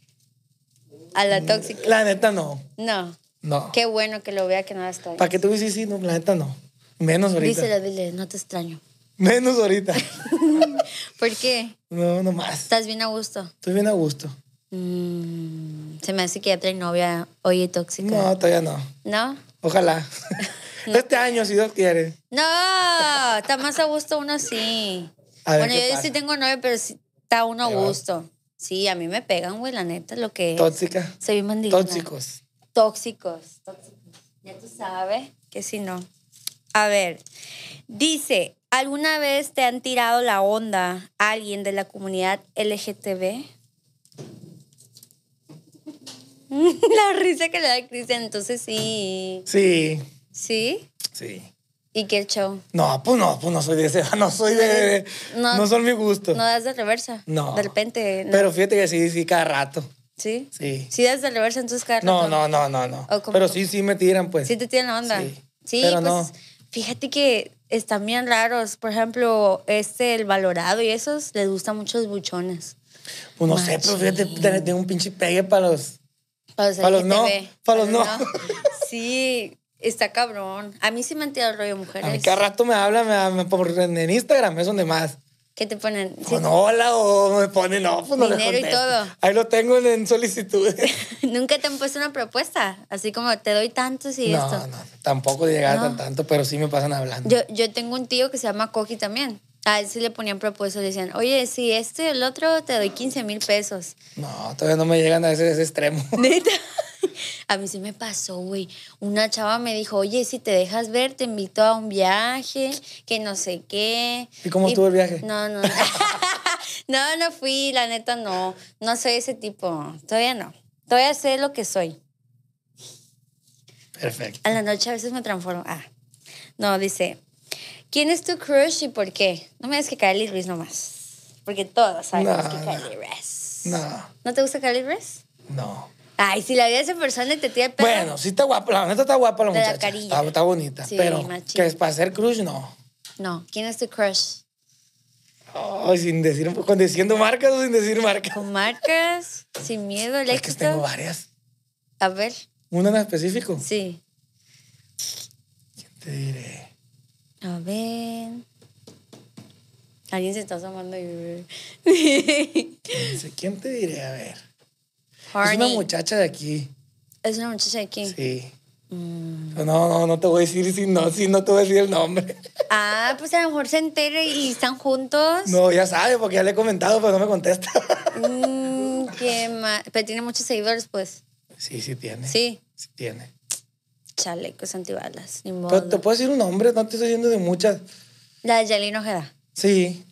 Speaker 1: A la tóxica.
Speaker 2: La neta no.
Speaker 1: No,
Speaker 2: No.
Speaker 1: qué bueno que lo vea que no la extraña.
Speaker 2: ¿Para qué tú dices sí? No, la neta no. Menos ahorita.
Speaker 1: Díselo, dile, no te extraño.
Speaker 2: Menos ahorita.
Speaker 1: ¿Por qué?
Speaker 2: No, nomás.
Speaker 1: Estás bien a gusto.
Speaker 2: Estoy bien a gusto.
Speaker 1: Mm, se me hace que ya trae novia, oye, tóxica.
Speaker 2: No, todavía no.
Speaker 1: ¿No?
Speaker 2: Ojalá. Este año, si Dios quiere.
Speaker 1: No, está más a gusto uno así.
Speaker 2: A ver
Speaker 1: Bueno,
Speaker 2: qué
Speaker 1: yo
Speaker 2: pasa.
Speaker 1: sí tengo nueve, pero sí está uno a
Speaker 2: Ahí va.
Speaker 1: gusto. Sí, a mí me pegan, güey, la neta, lo que es.
Speaker 2: Tóxica.
Speaker 1: Soy bien mandigona.
Speaker 2: Tóxicos.
Speaker 1: Tóxicos. Tóxicos. Ya tú sabes que si no. A ver, dice, ¿alguna vez te han tirado la onda a alguien de la comunidad LGTB? la risa que le da Cristian, entonces sí.
Speaker 2: Sí.
Speaker 1: ¿Sí?
Speaker 2: Sí.
Speaker 1: ¿Y qué show?
Speaker 2: No, pues no, pues no soy de ese. No soy de.
Speaker 1: No.
Speaker 2: No, son mi gusto.
Speaker 1: ¿No das de reversa?
Speaker 2: No.
Speaker 1: De repente, no.
Speaker 2: Pero fíjate que sí, sí, cada rato.
Speaker 1: ¿Sí?
Speaker 2: Sí.
Speaker 1: Sí das de reversa entonces cada
Speaker 2: No,
Speaker 1: rato.
Speaker 2: no, no, no, no.
Speaker 1: ¿O cómo?
Speaker 2: Pero sí, sí me tiran, pues.
Speaker 1: Sí te tienen la onda. Sí,
Speaker 2: Sí, pero
Speaker 1: pues
Speaker 2: no.
Speaker 1: fíjate que están bien raros. Por ejemplo, este, el valorado y esos, les gustan mucho los buchones.
Speaker 2: Pues no sé, pero fíjate,
Speaker 1: Machín.
Speaker 2: ten- tengo un pinche pegue para los.
Speaker 1: Para los,
Speaker 2: Pa' los no,
Speaker 1: LGTB.
Speaker 2: pa' los no.
Speaker 1: Sí, está cabrón. A mí sí me han tirado el rollo mujeres.
Speaker 2: A mí cada rato me hablan me, me- por- en Instagram, es donde más.
Speaker 1: ¿Qué te ponen? Sí.
Speaker 2: Con Pues hola o me ponen, no, pues no les
Speaker 1: Dinero y
Speaker 2: contesto.
Speaker 1: todo.
Speaker 2: Ahí lo tengo en, en solicitudes.
Speaker 1: Nunca te han puesto una propuesta. Así como te doy tantos y esto.
Speaker 2: No, no, tampoco llegar
Speaker 1: No.
Speaker 2: tan tanto, pero sí me pasan hablando.
Speaker 1: Yo, yo tengo un tío que se llama Coqui también. A él sí le ponían propuestas, le decían, oye, si este o el otro te doy 15 mil pesos.
Speaker 2: No, todavía no me llegan a ese, ese extremo.
Speaker 1: Neta. A mí sí me pasó, güey. Una chava me dijo, oye, si te dejas ver, te invito a un viaje, que no sé qué.
Speaker 2: ¿Y cómo estuvo el viaje?
Speaker 1: No, no. no, no fui, la neta no. No soy ese tipo. Todavía no. Todavía sé lo que soy.
Speaker 2: Perfecto.
Speaker 1: A la noche a veces me transformo. Ah. No, dice, ¿quién es tu crush y por qué? No me digas que Kylie Ruiz nomás. Porque todos sabemos
Speaker 2: No,
Speaker 1: que
Speaker 2: no.
Speaker 1: Kylie Ruiz.
Speaker 2: No,
Speaker 1: ¿No te gusta Kylie Ruiz?
Speaker 2: no.
Speaker 1: Ay, si la vida de esa persona y te tira el pedo.
Speaker 2: Bueno, sí está guapa, la neta está guapa la
Speaker 1: De la
Speaker 2: muchacha.
Speaker 1: carilla.
Speaker 2: está, está bonita,
Speaker 1: Sí,
Speaker 2: pero
Speaker 1: machín.
Speaker 2: que es para hacer crush, no.
Speaker 1: No, ¿quién es tu crush?
Speaker 2: Ay, sin decir, con diciendo marcas o sin decir marcas.
Speaker 1: ¿Con marcas? ¿Sin miedo al
Speaker 2: Es que tengo
Speaker 1: éxito?
Speaker 2: varias.
Speaker 1: A ver,
Speaker 2: ¿Una en específico?
Speaker 1: sí.
Speaker 2: Te diré.
Speaker 1: A ver. Alguien se está asomando. y-
Speaker 2: No sé, ¿Quién te diré? A ver. Es una
Speaker 1: Horny.
Speaker 2: muchacha de aquí.
Speaker 1: Es una muchacha de aquí.
Speaker 2: Sí. No, no, no te voy a decir si no, si no te voy a decir el nombre.
Speaker 1: Ah, pues a lo mejor se entera y están juntos.
Speaker 2: No, ya sabe, porque ya le he comentado, pero no me contesta.
Speaker 1: Mm, ¿Qué más? Pero tiene muchos seguidores, pues.
Speaker 2: Sí, sí tiene.
Speaker 1: Sí.
Speaker 2: Sí tiene.
Speaker 1: Chalecos antibalas. Ni
Speaker 2: Pero te
Speaker 1: modo.
Speaker 2: puedo decir un nombre, no te estoy diciendo de muchas.
Speaker 1: La de Yalina Ojeda.
Speaker 2: Sí.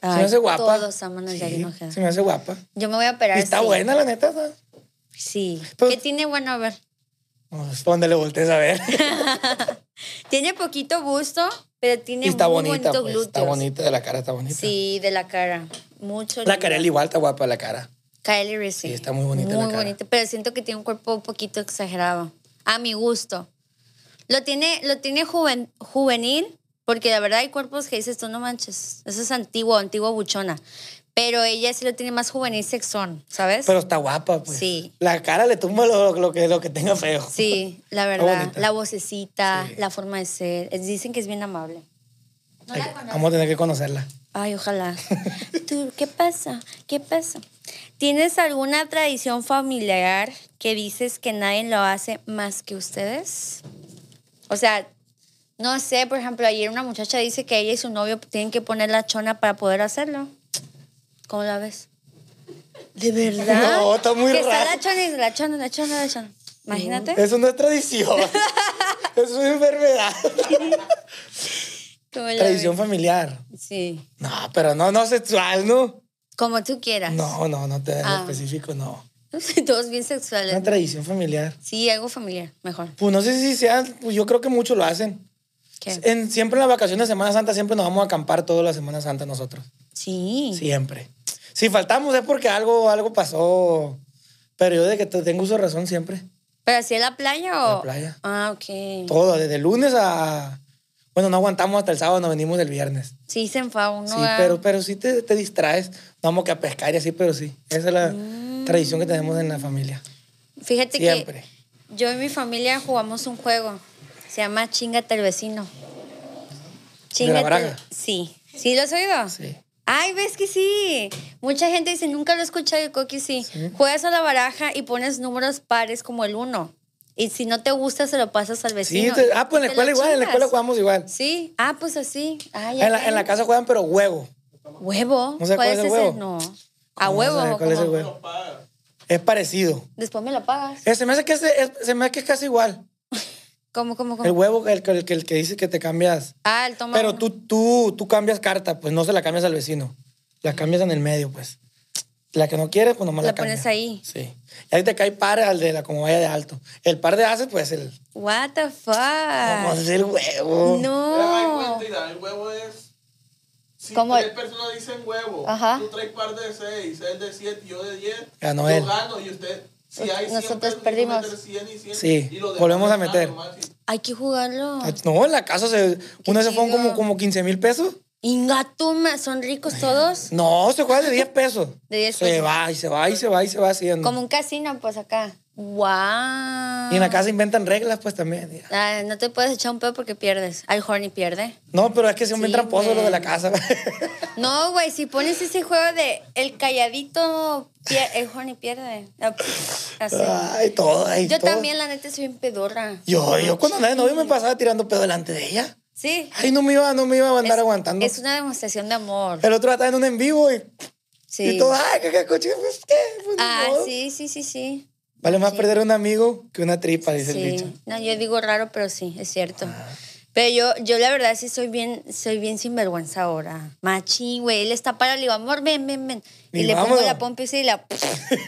Speaker 1: Ay,
Speaker 2: se me hace guapa.
Speaker 1: Todos aman a
Speaker 2: Sí,
Speaker 1: Yalina Ojeda.
Speaker 2: Se me hace guapa.
Speaker 1: Yo me voy a operar.
Speaker 2: Y está
Speaker 1: sí.
Speaker 2: buena, la neta. ¿no?
Speaker 1: Sí.
Speaker 2: Pero-
Speaker 1: ¿Qué tiene bueno? A ver.
Speaker 2: Pues, ¿pa' dónde le voltees a ver.
Speaker 1: Tiene poquito busto, pero tiene
Speaker 2: Y está
Speaker 1: muy
Speaker 2: bonita,
Speaker 1: bonitos
Speaker 2: pues,
Speaker 1: glúteos.
Speaker 2: está bonita, de la cara está bonita.
Speaker 1: Sí, de la cara. Mucho.
Speaker 2: La
Speaker 1: lindo.
Speaker 2: Karel igual está guapa la cara.
Speaker 1: Kylie Ruiz,
Speaker 2: Sí, está muy bonita
Speaker 1: Muy
Speaker 2: la cara.
Speaker 1: bonita, pero siento que tiene un cuerpo un poquito exagerado. A mi gusto. Lo tiene, lo tiene juven- juvenil, porque la verdad hay cuerpos que dices, tú no manches. Eso es antiguo, antiguo buchona. Pero ella sí lo tiene más juvenil sexón, ¿sabes?
Speaker 2: Pero está guapa, pues.
Speaker 1: Sí.
Speaker 2: La cara le tumba lo, lo que, lo que tenga feo.
Speaker 1: sí, la
Speaker 2: Está
Speaker 1: verdad.
Speaker 2: bonita.
Speaker 1: La vocecita,
Speaker 2: Sí.
Speaker 1: la forma de ser. Es- Dicen que es bien amable. No
Speaker 2: Hay
Speaker 1: la
Speaker 2: que-
Speaker 1: conozco.
Speaker 2: Vamos a tener que conocerla.
Speaker 1: Ay, ojalá. Tú, ¿qué pasa? ¿Qué pasa? ¿Tienes alguna tradición familiar que dices que nadie lo hace más que ustedes? O sea, no sé, por ejemplo, ayer una muchacha dice que ella y su novio tienen que poner la chona para poder hacerlo. ¿Cómo la ves? ¿De verdad?
Speaker 2: No, está muy
Speaker 1: que está
Speaker 2: raro.
Speaker 1: la chona y la chona, la chona, la chona. Imagínate.
Speaker 2: Eso no es tradición. es una enfermedad.
Speaker 1: ¿Cómo la ves?
Speaker 2: tradición familiar.
Speaker 1: Sí.
Speaker 2: No, pero no, no sexual, ¿no?
Speaker 1: Como tú quieras.
Speaker 2: No, no, no te en
Speaker 1: Ah.
Speaker 2: específico, no.
Speaker 1: Todos bien sexuales.
Speaker 2: Una tradición familiar.
Speaker 1: Sí, algo familiar, mejor.
Speaker 2: Pues no sé si sean, pues yo creo que muchos lo hacen.
Speaker 1: ¿Qué?
Speaker 2: En, siempre en la vacación de Semana Santa, siempre nos vamos a acampar toda la Semana Santa nosotros.
Speaker 1: Sí.
Speaker 2: Siempre. Si faltamos es porque algo, algo pasó. Pero yo de que te- tengo uso de razón siempre.
Speaker 1: ¿Pero así en la playa o...?
Speaker 2: La playa.
Speaker 1: Ah, ok.
Speaker 2: Todo, desde lunes a... Bueno, no aguantamos hasta el sábado, nos venimos el viernes.
Speaker 1: Sí, se enfada uno.
Speaker 2: Sí,
Speaker 1: ¿verdad?
Speaker 2: pero, pero sí te, te distraes. No vamos que a pescar y así, pero sí. Esa es la tradición que tenemos en la familia.
Speaker 1: Fíjate
Speaker 2: Siempre.
Speaker 1: que yo y mi familia jugamos un juego. Se llama Chingate el vecino. Chingate-
Speaker 2: Braga?
Speaker 1: Sí. ¿Sí lo has oído?
Speaker 2: Sí.
Speaker 1: Ay, ves que sí. Mucha gente dice, nunca lo he escuchado. Y creo que sí. Juegas a la baraja y pones números pares como el uno. Y si no te gusta, se lo pasas al
Speaker 2: Sí,
Speaker 1: vecino.
Speaker 2: te- ah, pues en
Speaker 1: Te
Speaker 2: la
Speaker 1: lo
Speaker 2: escuela igual, en la
Speaker 1: chingas.
Speaker 2: escuela jugamos igual.
Speaker 1: Sí. Ah, pues así. Ay,
Speaker 2: En la,
Speaker 1: acá
Speaker 2: en la casa juegan, pero huevo.
Speaker 1: Huevo.
Speaker 2: No
Speaker 1: ¿Cuál
Speaker 2: sé cuál
Speaker 1: es
Speaker 2: es el
Speaker 1: ese?
Speaker 2: huevo.
Speaker 1: No. A
Speaker 2: No, no
Speaker 1: huevo.
Speaker 2: sé ¿Cuál es el
Speaker 1: ¿cómo?
Speaker 2: huevo? Es parecido.
Speaker 1: Después me lo pagas.
Speaker 2: Eh, se, me hace que ese- es, se me hace que es casi igual.
Speaker 1: ¿Cómo, cómo, cómo?
Speaker 2: El huevo, el, que- el, que- el que dice que te cambias.
Speaker 1: ah, el toma.
Speaker 2: Pero
Speaker 1: uno.
Speaker 2: tú, tú, tú cambias carta, pues no se la cambias al vecino. La cambias en el medio, pues. La que no quieres, pues nomás la,
Speaker 1: La pones
Speaker 2: cambias.
Speaker 1: ahí.
Speaker 2: Sí. Y ahí te cae par al de la como vaya de alto. El par de haces, pues el.
Speaker 1: What the
Speaker 2: Como
Speaker 1: fuck.
Speaker 2: es el huevo.
Speaker 1: Ah. No.
Speaker 3: cuenta y el huevo es. Si
Speaker 1: ¿Cómo?
Speaker 3: tres personas dicen huevo,
Speaker 1: Ajá.
Speaker 3: tú traes par de seis, él de siete, yo de diez,
Speaker 2: Ganó
Speaker 3: yo
Speaker 2: él.
Speaker 3: gano y usted. Si hay
Speaker 1: Nosotros
Speaker 3: 100 personas,
Speaker 1: perdimos.
Speaker 3: tú metes 100 y 100,
Speaker 2: Sí,
Speaker 3: y lo demás
Speaker 2: volvemos a
Speaker 3: es nada
Speaker 2: meter.
Speaker 3: nomás y-
Speaker 1: Hay que jugarlo.
Speaker 2: Ah, No, en la casa se. Una se fueron
Speaker 1: chido.
Speaker 2: como, como 15 mil pesos.
Speaker 1: Ingatuma, ¿son ricos todos?
Speaker 2: No, se juega de 10 pesos.
Speaker 1: De 10
Speaker 2: se
Speaker 1: pesos.
Speaker 2: va y se va y se va y se va haciendo.
Speaker 1: Como un casino, pues acá. Wow.
Speaker 2: Y en la casa inventan reglas, pues también. mira.
Speaker 1: Ah, no te puedes echar un pedo porque pierdes. Al Horny pierde.
Speaker 2: No, pero es que son bien
Speaker 1: Sí,
Speaker 2: tramposos los de la
Speaker 1: güey.
Speaker 2: casa.
Speaker 1: No, güey, si pones ese juego de el calladito, pier- el Horny pierde. Ah, pff, Así.
Speaker 2: Ay, todo, ay,
Speaker 1: Yo
Speaker 2: Ah, todo.
Speaker 1: también, la neta, soy bien pedorra.
Speaker 2: Yo, yo cuando andaba de novio me pasaba tirando pedo delante de ella.
Speaker 1: Sí.
Speaker 2: Ay, no me iba, no me iba a andar aguantando.
Speaker 1: Es una demostración de amor.
Speaker 2: El otro día estaba en un en vivo y,
Speaker 1: Sí.
Speaker 2: y todo, ay, qué, qué coche, pues qué. Pues, ni
Speaker 1: ah,
Speaker 2: modo.
Speaker 1: sí, sí, sí, sí.
Speaker 2: Vale más perder un amigo que una tripa, dice el dicho. Ah.
Speaker 1: Sí. No, yo digo raro, pero sí, es cierto. Pero yo, yo la verdad sí soy bien, soy bien sinvergüenza ahora. Machi, güey, él está para, le digo, amor, ven, ven, ven. Y
Speaker 2: Ni
Speaker 1: le pongo
Speaker 2: vámonos.
Speaker 1: la pompa y la...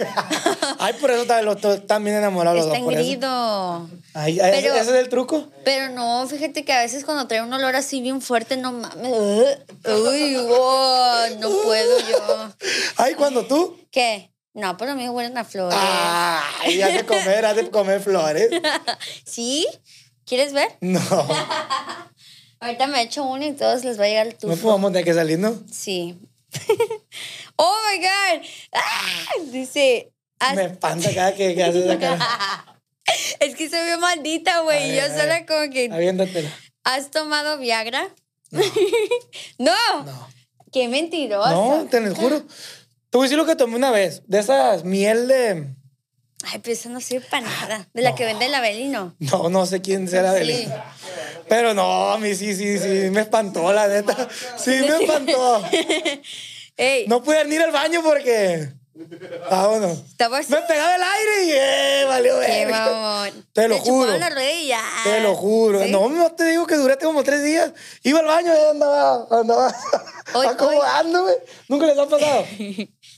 Speaker 2: Ay, por eso están los dos tan bien enamorados los
Speaker 1: está
Speaker 2: dos. Por eso.
Speaker 1: engrido.
Speaker 2: Ay, ay, ese-
Speaker 1: Pero-
Speaker 2: ese es el truco.
Speaker 1: Pero no, fíjate que a veces cuando trae un olor así bien fuerte, no mames. Ugh. Uy, oh, no puedo yo.
Speaker 2: Ay, cuando tú.
Speaker 1: ¿Qué? No, pero a mí me huelen a flores.
Speaker 2: Ah. Ay, has de comer, has de comer flores.
Speaker 1: ¿Sí? ¿Quieres ver?
Speaker 2: No,
Speaker 1: Ahorita me echo uno y todos les va a llegar el
Speaker 2: no
Speaker 1: tufo.
Speaker 2: podemos tener que salir, ¿no?
Speaker 1: Sí. oh my God. ¡Ah! Dice. ah,
Speaker 2: Me espanta cada que, que haces esa cara.
Speaker 1: Es que soy bien maldita,
Speaker 2: A
Speaker 1: güey. y Yo
Speaker 2: ver, a
Speaker 1: sola
Speaker 2: ver.
Speaker 1: como que.
Speaker 2: Aviéntatela.
Speaker 1: ¿Has tomado Viagra? No.
Speaker 2: No.
Speaker 1: Qué mentirosa.
Speaker 2: No, te lo juro. Te voy a decir lo que tomé una vez. De esas miel de.
Speaker 1: Ay, pero eso no sirve para
Speaker 2: Ah,
Speaker 1: nada. De la que vende el Avelino.
Speaker 2: No, no sé quién será de
Speaker 1: Pues Sí.
Speaker 2: Pero no, a mí sí, sí, sí. Me espantó, la neta. Sí, me espantó.
Speaker 1: Ey,
Speaker 2: No pude ni ir al baño porque. Vámonos.
Speaker 1: estaba así.
Speaker 2: Me pegaba el aire y eh, valió
Speaker 1: Qué
Speaker 2: verga.
Speaker 1: mamón.
Speaker 2: Te lo
Speaker 1: chupaban
Speaker 2: juro.
Speaker 1: la rodilla.
Speaker 2: Te lo juro.
Speaker 1: ¿Sí?
Speaker 2: No, no te digo que duraste como tres días. Iba al baño y andaba, andaba
Speaker 1: Hoy-
Speaker 2: acomodándome. Nunca les ha pasado.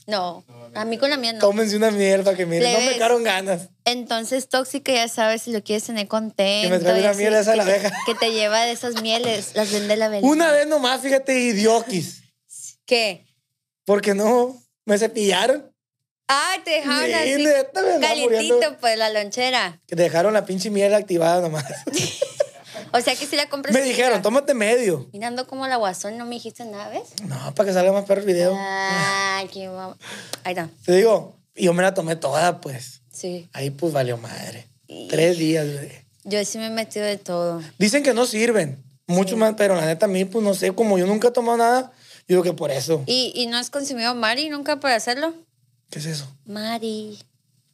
Speaker 1: No, a mí con la mía no.
Speaker 2: Tómense una miel para que miren. No me
Speaker 1: Plebes.
Speaker 2: quedaron ganas.
Speaker 1: Entonces, tóxica, ya sabes, si lo quieres tener contento.
Speaker 2: Que me traiga
Speaker 1: y
Speaker 2: una
Speaker 1: así,
Speaker 2: miel esa de la
Speaker 1: que te-
Speaker 2: abeja.
Speaker 1: Que te lleva de esas mieles, las vende la abeja.
Speaker 2: Una vez nomás, fíjate, idioquis.
Speaker 1: ¿Qué?
Speaker 2: Porque no, me cepillaron.
Speaker 1: Ay, Ah, te dejaban
Speaker 2: Sí,
Speaker 1: así
Speaker 2: neta, me andaba
Speaker 1: calientito,
Speaker 2: muriendo.
Speaker 1: pues, la lonchera.
Speaker 2: Que dejaron la pinche miel activada nomás.
Speaker 1: O sea, que si la compras...
Speaker 2: me dijeron, tómate medio.
Speaker 1: Mirando como la guasón, no me dijiste nada, ¿ves?
Speaker 2: No, para que salga más perro el video.
Speaker 1: Ah. Ay, qué mamá. Ahí está,
Speaker 2: Te digo, y yo me la tomé toda, pues.
Speaker 1: sí.
Speaker 2: Ahí pues valió madre. Tres días, güey.
Speaker 1: Yo sí me he metido de todo.
Speaker 2: Dicen que no sirven. Mucho más, pero la neta a mí, pues no sé, como yo nunca he tomado nada, yo digo que por eso.
Speaker 1: ¿Y, y no has consumido Mari nunca para hacerlo?
Speaker 2: ¿Qué es eso?
Speaker 1: Mari.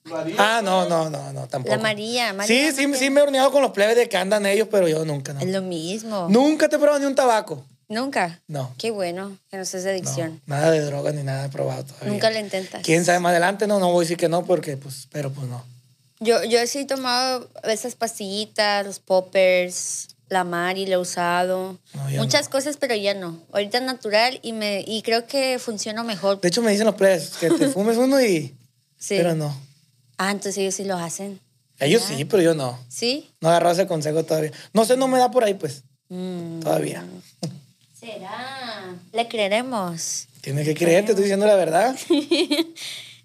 Speaker 3: María.
Speaker 2: Ah, no, no, no, no, tampoco.
Speaker 1: La María, María
Speaker 2: Sí,
Speaker 1: no
Speaker 2: sí,
Speaker 1: tiene-
Speaker 2: sí me he horneado con los plebes de que andan ellos, pero yo nunca, no.
Speaker 1: Es lo mismo.
Speaker 2: Nunca te he probado ni un tabaco.
Speaker 1: ¿Nunca?
Speaker 2: No.
Speaker 1: Qué bueno que no seas de
Speaker 2: No,
Speaker 1: adicción.
Speaker 2: nada de droga ni nada he probado todavía.
Speaker 1: Nunca lo intentas.
Speaker 2: ¿Quién sabe más adelante? No, no voy a decir que no, porque pues, pero pues no.
Speaker 1: Yo, yo sí he tomado esas pastillitas, los poppers, la Mari, la he usado.
Speaker 2: No, yo
Speaker 1: Muchas cosas, pero ya no. Ahorita es natural y, me, y creo que funciona mejor.
Speaker 2: De hecho, me dicen los plebes que te fumes uno y...
Speaker 1: Sí.
Speaker 2: Pero no.
Speaker 1: Ah, entonces ellos sí lo hacen.
Speaker 2: Ellos sí, pero yo no.
Speaker 1: ¿Sí?
Speaker 2: No he agarrado ese consejo todavía. No sé, no me da por ahí, pues. Todavía.
Speaker 1: Será. Mm. Le creeremos.
Speaker 2: Tienes que creer, te estoy diciendo la verdad.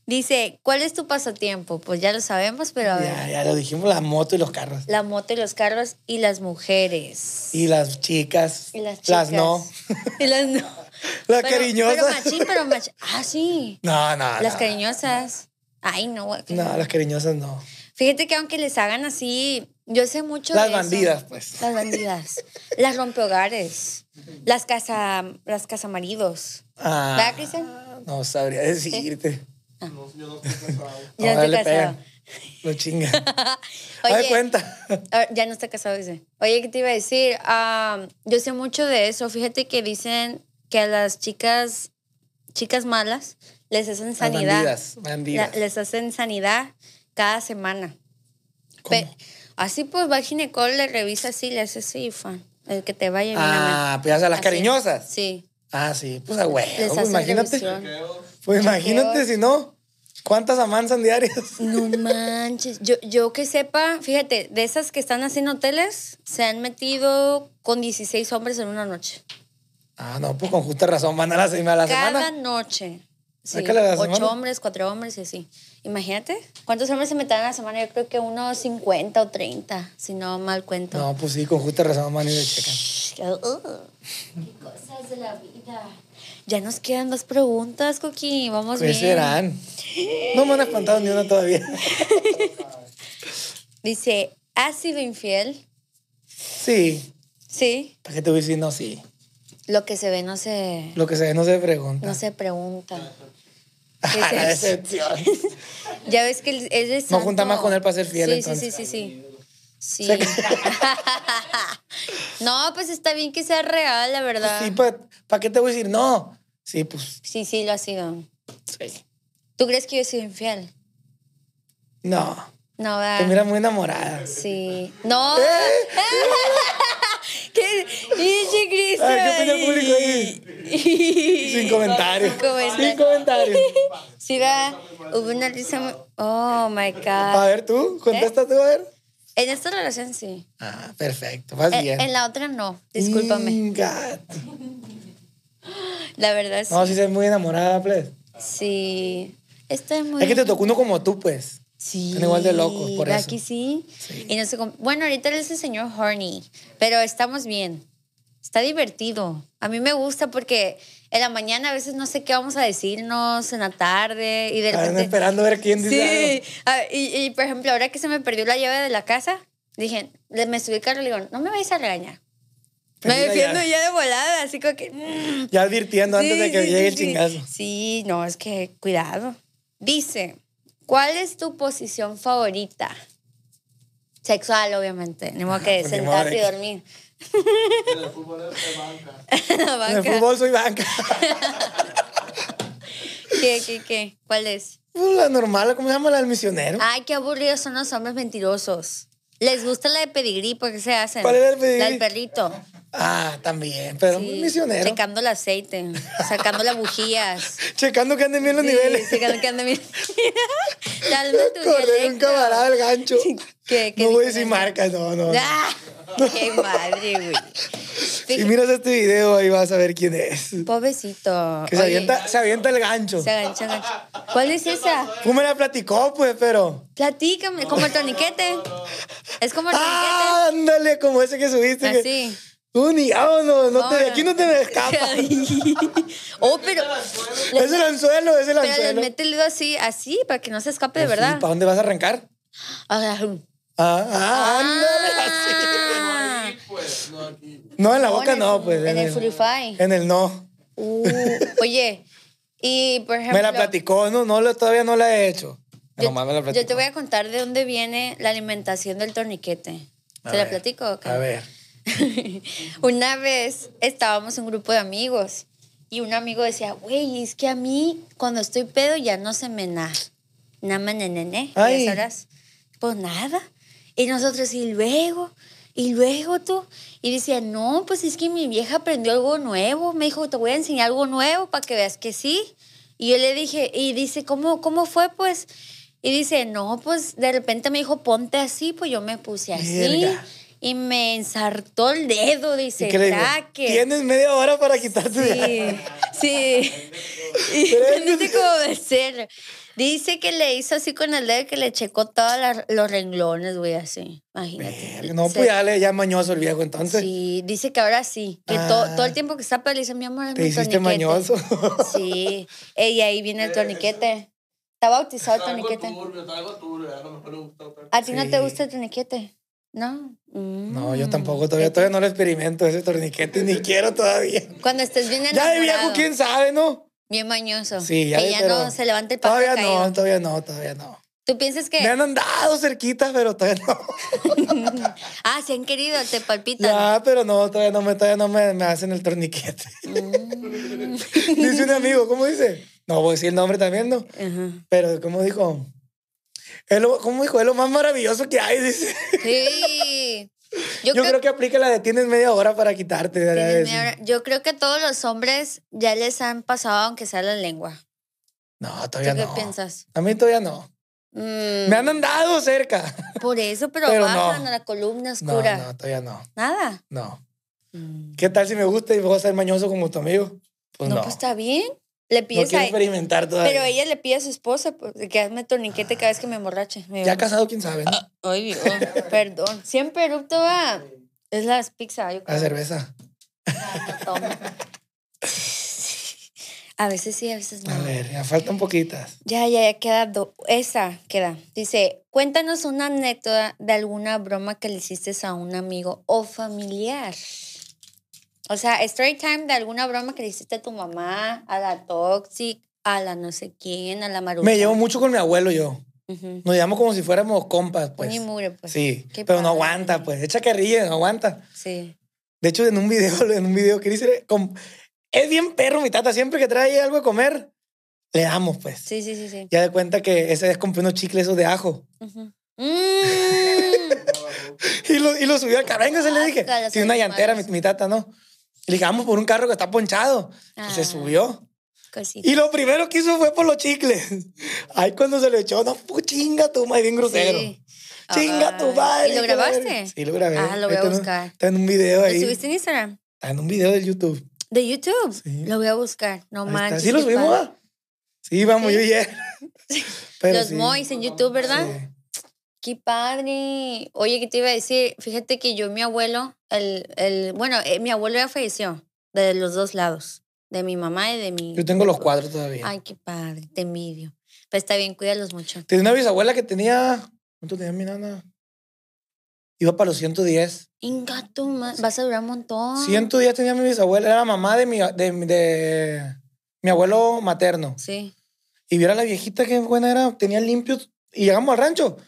Speaker 1: Dice, ¿cuál es tu pasatiempo? Pues ya lo sabemos, pero a ver.
Speaker 2: Ya, ya lo dijimos, la moto y los carros.
Speaker 1: La moto y los carros y las mujeres.
Speaker 2: Y las chicas.
Speaker 1: Y las chicas.
Speaker 2: no.
Speaker 1: Y las no.
Speaker 2: Las
Speaker 1: Pero-
Speaker 2: cariñosas.
Speaker 1: Pero machín, pero machín. Ah, sí.
Speaker 2: No, no,
Speaker 1: Las
Speaker 2: no.
Speaker 1: cariñosas. Ay, no. guaca.
Speaker 2: No, las cariñosas no.
Speaker 1: Fíjate que aunque les hagan así, yo sé mucho
Speaker 2: Las
Speaker 1: de eso.
Speaker 2: bandidas, pues.
Speaker 1: Las bandidas. las rompehogares. Las casa, las casamaridos.
Speaker 2: Ah,
Speaker 1: ¿Verdad, Cristian?
Speaker 2: No sabría decirte.
Speaker 3: No, yo no estoy casado.
Speaker 1: Ya
Speaker 2: Ahora
Speaker 1: estoy
Speaker 2: le
Speaker 1: casado.
Speaker 2: pegan. Lo chinga.
Speaker 1: Oye,
Speaker 2: Haz de cuenta.
Speaker 1: Ah, Ya no está casado, dice. Oye, ¿qué te iba a decir? Ah, yo sé mucho de eso. Fíjate que dicen que a las chicas, chicas malas, les hacen sanidad.
Speaker 2: bandidas, bandidas.
Speaker 1: La- les hacen sanidad cada semana.
Speaker 2: ¿Cómo?
Speaker 1: Pe- así pues va al ginecólogo, le revisa así, le hace así, fan. El que te vaya bien.
Speaker 2: Ah, pues a las
Speaker 1: Así.
Speaker 2: cariñosas.
Speaker 1: Sí.
Speaker 2: Ah, sí, pues a
Speaker 1: Les
Speaker 2: huevo. Pues
Speaker 1: hacen
Speaker 2: imagínate.
Speaker 1: revisión.
Speaker 3: Creo.
Speaker 2: Pues imagínate
Speaker 1: Chequeos.
Speaker 2: si no. ¿Cuántas amansan diarias?
Speaker 1: No manches. Yo, yo que sepa, fíjate, de esas que están así en hoteles, se han metido con 16 hombres en una noche.
Speaker 2: Ah, no, pues con justa razón van a la semana. A la
Speaker 1: Cada
Speaker 2: semana.
Speaker 1: noche. Sí,
Speaker 2: Sácala la
Speaker 1: ocho
Speaker 2: semana.
Speaker 1: hombres, cuatro hombres y así. Imagínate, ¿cuántos hombres se metan a la semana? Yo creo que unos 50 o 30, si no mal cuento.
Speaker 2: No, pues sí, con justa razón van y le checan.
Speaker 1: uh. Qué cosas de la vida. Ya nos quedan dos preguntas, Coqui. Vamos
Speaker 2: ¿Qué
Speaker 1: Pues bien.
Speaker 2: Pues, serán? No me han espantado ni una todavía.
Speaker 1: Dice, ¿has sido infiel?
Speaker 2: Sí.
Speaker 1: Sí.
Speaker 2: ¿Para qué te voy a decir no? Sí.
Speaker 1: Lo que se ve no se,
Speaker 2: Lo que se ve no se pregunta.
Speaker 1: no se pregunta. ¿Qué
Speaker 2: Ah, la
Speaker 1: es eso?
Speaker 2: decepción.
Speaker 1: Ya ves que él él es
Speaker 2: No junta
Speaker 1: santo.
Speaker 2: más con él para ser fiel,
Speaker 1: Sí,
Speaker 2: entonces.
Speaker 1: sí, sí, sí, sí. Sí. no, pues está bien que sea real, la verdad.
Speaker 2: Sí, ¿para qué te voy a decir no? Sí, pues
Speaker 1: Sí, sí, lo ha sido.
Speaker 2: sí.
Speaker 1: ¿Tú crees que yo he sido infiel?
Speaker 2: No.
Speaker 1: No,
Speaker 2: Te
Speaker 1: ¿verdad?
Speaker 2: Pues mira Eh. muy enamorada.
Speaker 1: Sí. No. ¿Qué? Dice Cristo.
Speaker 2: Ay, qué opinión público ahí. Sin comentarios.
Speaker 1: Sin comentarios.
Speaker 2: Sin comentarios.
Speaker 1: Sí, ¿verdad? Hubo una risa. muy- Oh my
Speaker 2: A
Speaker 1: God.
Speaker 2: ver, tú, contesta tú, a ver.
Speaker 1: En esta relación sí.
Speaker 2: Ah, perfecto, vas
Speaker 1: En,
Speaker 2: bien.
Speaker 1: en la otra no. Eh, Discúlpame.
Speaker 2: Ingat.
Speaker 1: La verdad sí.
Speaker 2: Mm. No, sí, se ve muy enamorada, pues.
Speaker 1: Sí. Estoy muy.
Speaker 2: Es que te tocó uno como tú, pues.
Speaker 1: Sí.
Speaker 2: Están igual de locos, por
Speaker 1: ¿verdad
Speaker 2: eso.
Speaker 1: que sí?
Speaker 2: Sí.
Speaker 1: Y no se com- bueno, ahorita les enseñó horny, pero estamos bien. Está divertido. A mí me gusta porque en la mañana a veces no sé qué vamos a decirnos, en la tarde y de
Speaker 2: Están
Speaker 1: repente...
Speaker 2: esperando a ver quién dice
Speaker 1: Sí. Ah, y, y, por ejemplo, ahora que se me perdió la llave de la casa, dije, le- me subí al carro y le digo, no me vais a regañar. Me
Speaker 2: Perdí la
Speaker 1: defiendo
Speaker 2: llave.
Speaker 1: ya de volada, así como que... mm.
Speaker 2: algo. Pues Ya advirtiendo antes
Speaker 1: Sí,
Speaker 2: de que
Speaker 1: sí,
Speaker 2: llegue
Speaker 1: sí,
Speaker 2: el
Speaker 1: sí.
Speaker 2: chingazo.
Speaker 1: Sí, no, es que cuidado. Dice, ¿cuál es tu posición favorita? Sexual, obviamente. Ni modo que
Speaker 2: pues, ni modo
Speaker 1: sentarte
Speaker 2: de
Speaker 1: y
Speaker 2: que-
Speaker 1: dormir
Speaker 3: En el fútbol es de banca.
Speaker 1: en la
Speaker 2: En el
Speaker 1: banca.
Speaker 2: fútbol soy banca.
Speaker 1: ¿Qué, qué, qué? ¿Cuál es?
Speaker 2: Pues la normal, ¿cómo se llama? La del misionero.
Speaker 1: Ay, qué aburridos son los hombres mentirosos. Les gusta la de pedigrí, ¿por qué se hacen?
Speaker 2: ¿Cuál era el pedigrí?
Speaker 1: La del perrito.
Speaker 2: Ah, también, pero
Speaker 1: Sí,
Speaker 2: un misionero.
Speaker 1: Checando el aceite, sacando las bujías.
Speaker 2: Checando que anden bien los
Speaker 1: Sí,
Speaker 2: niveles.
Speaker 1: checando que ande bien. Calma tu
Speaker 2: Acordé de un
Speaker 1: dialecto.
Speaker 2: camarada del gancho.
Speaker 1: ¿Qué- qué
Speaker 2: no voy
Speaker 1: dijo
Speaker 2: a decir
Speaker 1: eso?
Speaker 2: marcas, no, no. no.
Speaker 1: ¡Ah! ¡Qué madre, güey!
Speaker 2: Si
Speaker 1: Fíjate,
Speaker 2: miras este video, ahí vas a ver quién es. Que
Speaker 1: Pobrecito.
Speaker 2: se,
Speaker 1: Oye,
Speaker 2: avienta, se avienta el gancho.
Speaker 1: se agancha, agancha. ¿Cuál es esa?
Speaker 2: Tú me la platicó, pues, pero.
Speaker 1: Platícame. Como el torniquete. Es como el torniquete.
Speaker 2: ¡Ah, ándale, como ese que subiste. que-
Speaker 1: Así.
Speaker 2: Tú ni, vámonos, no te,
Speaker 1: Vámonos.
Speaker 2: aquí no te me escapa.
Speaker 1: oh, pero,
Speaker 2: es el anzuelo, es el
Speaker 1: pero le
Speaker 2: anzuelo.
Speaker 1: mete el dedo así, así, para que no se escape
Speaker 2: Pues
Speaker 1: de verdad.
Speaker 2: ¿Para dónde vas a arrancar?
Speaker 1: Ah,
Speaker 2: Ah, ah, ándale, así.
Speaker 1: ah.
Speaker 3: Sí, pues, no aquí.
Speaker 2: No, pues, en la boca no,
Speaker 1: fu-
Speaker 2: pues.
Speaker 1: en el Furify.
Speaker 2: En el no.
Speaker 1: Uh, oye, Y, por ejemplo...
Speaker 2: Me la platicó, no, no, lo- todavía no la he hecho.
Speaker 1: Yo,
Speaker 2: Nomás me la
Speaker 1: yo
Speaker 2: platicó.
Speaker 1: te voy a contar de dónde viene la alimentación del torniquete.
Speaker 2: A
Speaker 1: ¿Te la
Speaker 2: ver,
Speaker 1: platico? o qué?
Speaker 2: A ver.
Speaker 1: una vez estábamos un grupo de amigos y un amigo decía, güey, es que a mí cuando estoy pedo ya no se me na. Nama nenene.
Speaker 2: Ay.
Speaker 1: ¿Y horas? Pues nada. Y nosotros, y luego, y luego tú. Y decía, no, pues es que mi vieja aprendió algo nuevo. Me dijo, te voy a enseñar algo nuevo para que veas que sí. Y yo le dije, y dice, ¿cómo, cómo fue? Pues. Y dice, no, pues de repente me dijo, ponte así, pues yo me puse así.
Speaker 2: Verga.
Speaker 1: Y me ensartó el dedo, dice,
Speaker 2: ¿Y qué le digo?
Speaker 1: "Traque".
Speaker 2: Tienes media hora para quitarte.
Speaker 1: Sí, sí. Y prendiste como becerro. Dice que le hizo así con el dedo que le checó todos la- los renglones, güey, así. Imagínate.
Speaker 2: No,
Speaker 1: Se-
Speaker 2: pues ya, le- ya mañoso el viejo, entonces.
Speaker 1: Sí, dice que ahora sí. Que to-
Speaker 2: Ah.
Speaker 1: todo el tiempo que está, pero le dice, mi amor, es
Speaker 2: Te
Speaker 1: mi
Speaker 2: hiciste
Speaker 1: torniquete".
Speaker 2: mañoso.
Speaker 1: Sí. Ey, Y ahí viene el torniquete. Está bautizado el
Speaker 3: Está algo
Speaker 1: torniquete.
Speaker 3: turbio, está algo turbio, a lo mejor le gusta otra
Speaker 1: ¿A ti no te
Speaker 2: Sí.
Speaker 1: gusta el torniquete? No. Mm.
Speaker 2: No, yo tampoco, todavía, todavía no lo experimento ese torniquete, ni quiero todavía.
Speaker 1: Cuando estés bien
Speaker 2: Ya
Speaker 1: enamorado.
Speaker 2: de viejo, quién sabe, ¿no?
Speaker 1: Bien mañoso.
Speaker 2: Sí, ya
Speaker 1: Que
Speaker 2: de-
Speaker 1: ya
Speaker 2: pero
Speaker 1: no se levanta el pato
Speaker 2: Todavía
Speaker 1: caído.
Speaker 2: no, todavía no, todavía no.
Speaker 1: ¿Tú piensas que...?
Speaker 2: Me han andado cerquitas, pero todavía no.
Speaker 1: Ah, se han querido, te palpitan.
Speaker 2: Ya, pero no, todavía no me, todavía no me, me hacen el torniquete.
Speaker 1: Mm.
Speaker 2: dice un amigo, ¿cómo dice? No voy a decir el nombre también, ¿no?
Speaker 1: Ajá.
Speaker 2: Pero, ¿cómo dijo? Es lo, ¿Cómo dijo? Es lo más maravilloso que hay, dice.
Speaker 1: Sí. Yo,
Speaker 2: Yo, creo, que aplica la de tienes media hora para quitarte. ¿verdad?
Speaker 1: tienes media hora. Yo creo que a todos los hombres ya les han pasado, aunque sea la lengua.
Speaker 2: No,
Speaker 1: ¿Tú
Speaker 2: todavía
Speaker 1: qué
Speaker 2: no.
Speaker 1: piensas?
Speaker 2: A mí todavía no.
Speaker 1: Mm,
Speaker 2: Me han andado cerca.
Speaker 1: por eso, pero,
Speaker 2: Pero no.
Speaker 1: bajan a la columna
Speaker 2: No,
Speaker 1: oscura.
Speaker 2: no, todavía no.
Speaker 1: Nada.
Speaker 2: No.
Speaker 1: Mm.
Speaker 2: ¿Qué tal si me gusta y voy a ser mañoso como tu amigo? Pues
Speaker 1: no,
Speaker 2: no. No,
Speaker 1: pues está bien. Le pides
Speaker 2: quiero
Speaker 1: a e-,
Speaker 2: experimentar todavía.
Speaker 1: Pero ella le pide a su esposa pues, que hazme torniquete cada vez que me emborrache. Me
Speaker 2: Ya
Speaker 1: digo,
Speaker 2: casado, quién sabe, ¿no?
Speaker 1: Ay, Dios, perdón. Siempre erupto va. Es las pizza, yo creo.
Speaker 2: La cerveza.
Speaker 1: Toma. A veces sí, a veces no.
Speaker 2: A ver, ya faltan poquitas.
Speaker 1: Ya, ya, ya queda. do- Esa queda. Dice, cuéntanos una anécdota de alguna broma que le hiciste a un amigo o familiar. O sea, story time de alguna broma que le hiciste a tu mamá, a la toxic, a la no sé quién, a la marucha.
Speaker 2: Me llevo mucho con mi abuelo yo.
Speaker 1: Ujú.
Speaker 2: Nos llevamos como si fuéramos compas, pues.
Speaker 1: Ni mugre, pues.
Speaker 2: Sí,
Speaker 1: Qué
Speaker 2: pero no
Speaker 1: padre.
Speaker 2: aguanta, pues. Echa carrilla, no aguanta.
Speaker 1: Sí.
Speaker 2: De hecho, en un video, en un video que hice, con- es bien perro mi tata. Siempre que trae algo a comer, le damos, pues.
Speaker 1: Sí, sí, sí, sí.
Speaker 2: Ya de cuenta que ese es compré unos chicles esos de ajo.
Speaker 1: Ujú. Mm.
Speaker 2: Y lo, y lo subí al carro. Venga, se
Speaker 1: Ah,
Speaker 2: le dije.
Speaker 1: Guácala,
Speaker 2: Tiene una
Speaker 1: soy
Speaker 2: llantera, mi,
Speaker 1: malos.
Speaker 2: mi tata, ¿no? Y le dije, vamos por un carro que está ponchado. Pues se
Speaker 1: Ah.
Speaker 2: subió.
Speaker 1: Cosita.
Speaker 2: Y lo primero que hizo fue por los chicles. Ahí cuando se lo echó, no, pu- chinga tu madre, bien grosero.
Speaker 1: Sí.
Speaker 2: Chinga tu
Speaker 1: Ay,
Speaker 2: madre.
Speaker 1: ¿Y lo
Speaker 2: que la verga.
Speaker 1: grabaste?
Speaker 2: Sí, lo grabé.
Speaker 1: Ah, lo voy a
Speaker 2: Ahí está en un-
Speaker 1: buscar.
Speaker 2: Está en un video
Speaker 1: ¿Lo
Speaker 2: ahí.
Speaker 1: subiste en Instagram?
Speaker 2: Está en un video del YouTube.
Speaker 1: ¿De YouTube?
Speaker 2: Sí.
Speaker 1: Lo voy a buscar. No
Speaker 2: Ahí está.
Speaker 1: manches.
Speaker 2: ¿Sí lo
Speaker 1: qué
Speaker 2: subimos?
Speaker 1: padre.
Speaker 2: ah? Sí, vamos,
Speaker 1: Sí.
Speaker 2: yo ayer. Pero
Speaker 1: Los
Speaker 2: sí.
Speaker 1: Mois en YouTube, ¿verdad?
Speaker 2: Sí.
Speaker 1: Qué padre. Oye, ¿qué te iba a decir? Fíjate que yo, mi abuelo, el, el, bueno, eh, mi abuelo ya falleció de los dos lados, de mi mamá y de mi...
Speaker 2: Yo tengo los cuadros todavía.
Speaker 1: Ay, qué padre, te envidio. Pero está bien, cuídalos mucho.
Speaker 2: Tenía una bisabuela que tenía. ¿Cuánto tenía mi nana? Iba para los 110.
Speaker 1: Inga, tu ma- vas a durar un montón.
Speaker 2: 110 tenía mi bisabuela. Era la mamá de mi, de, de mi abuelo materno.
Speaker 1: Sí,
Speaker 2: Y viera la viejita que buena era. Tenía limpios. Y llegamos al rancho.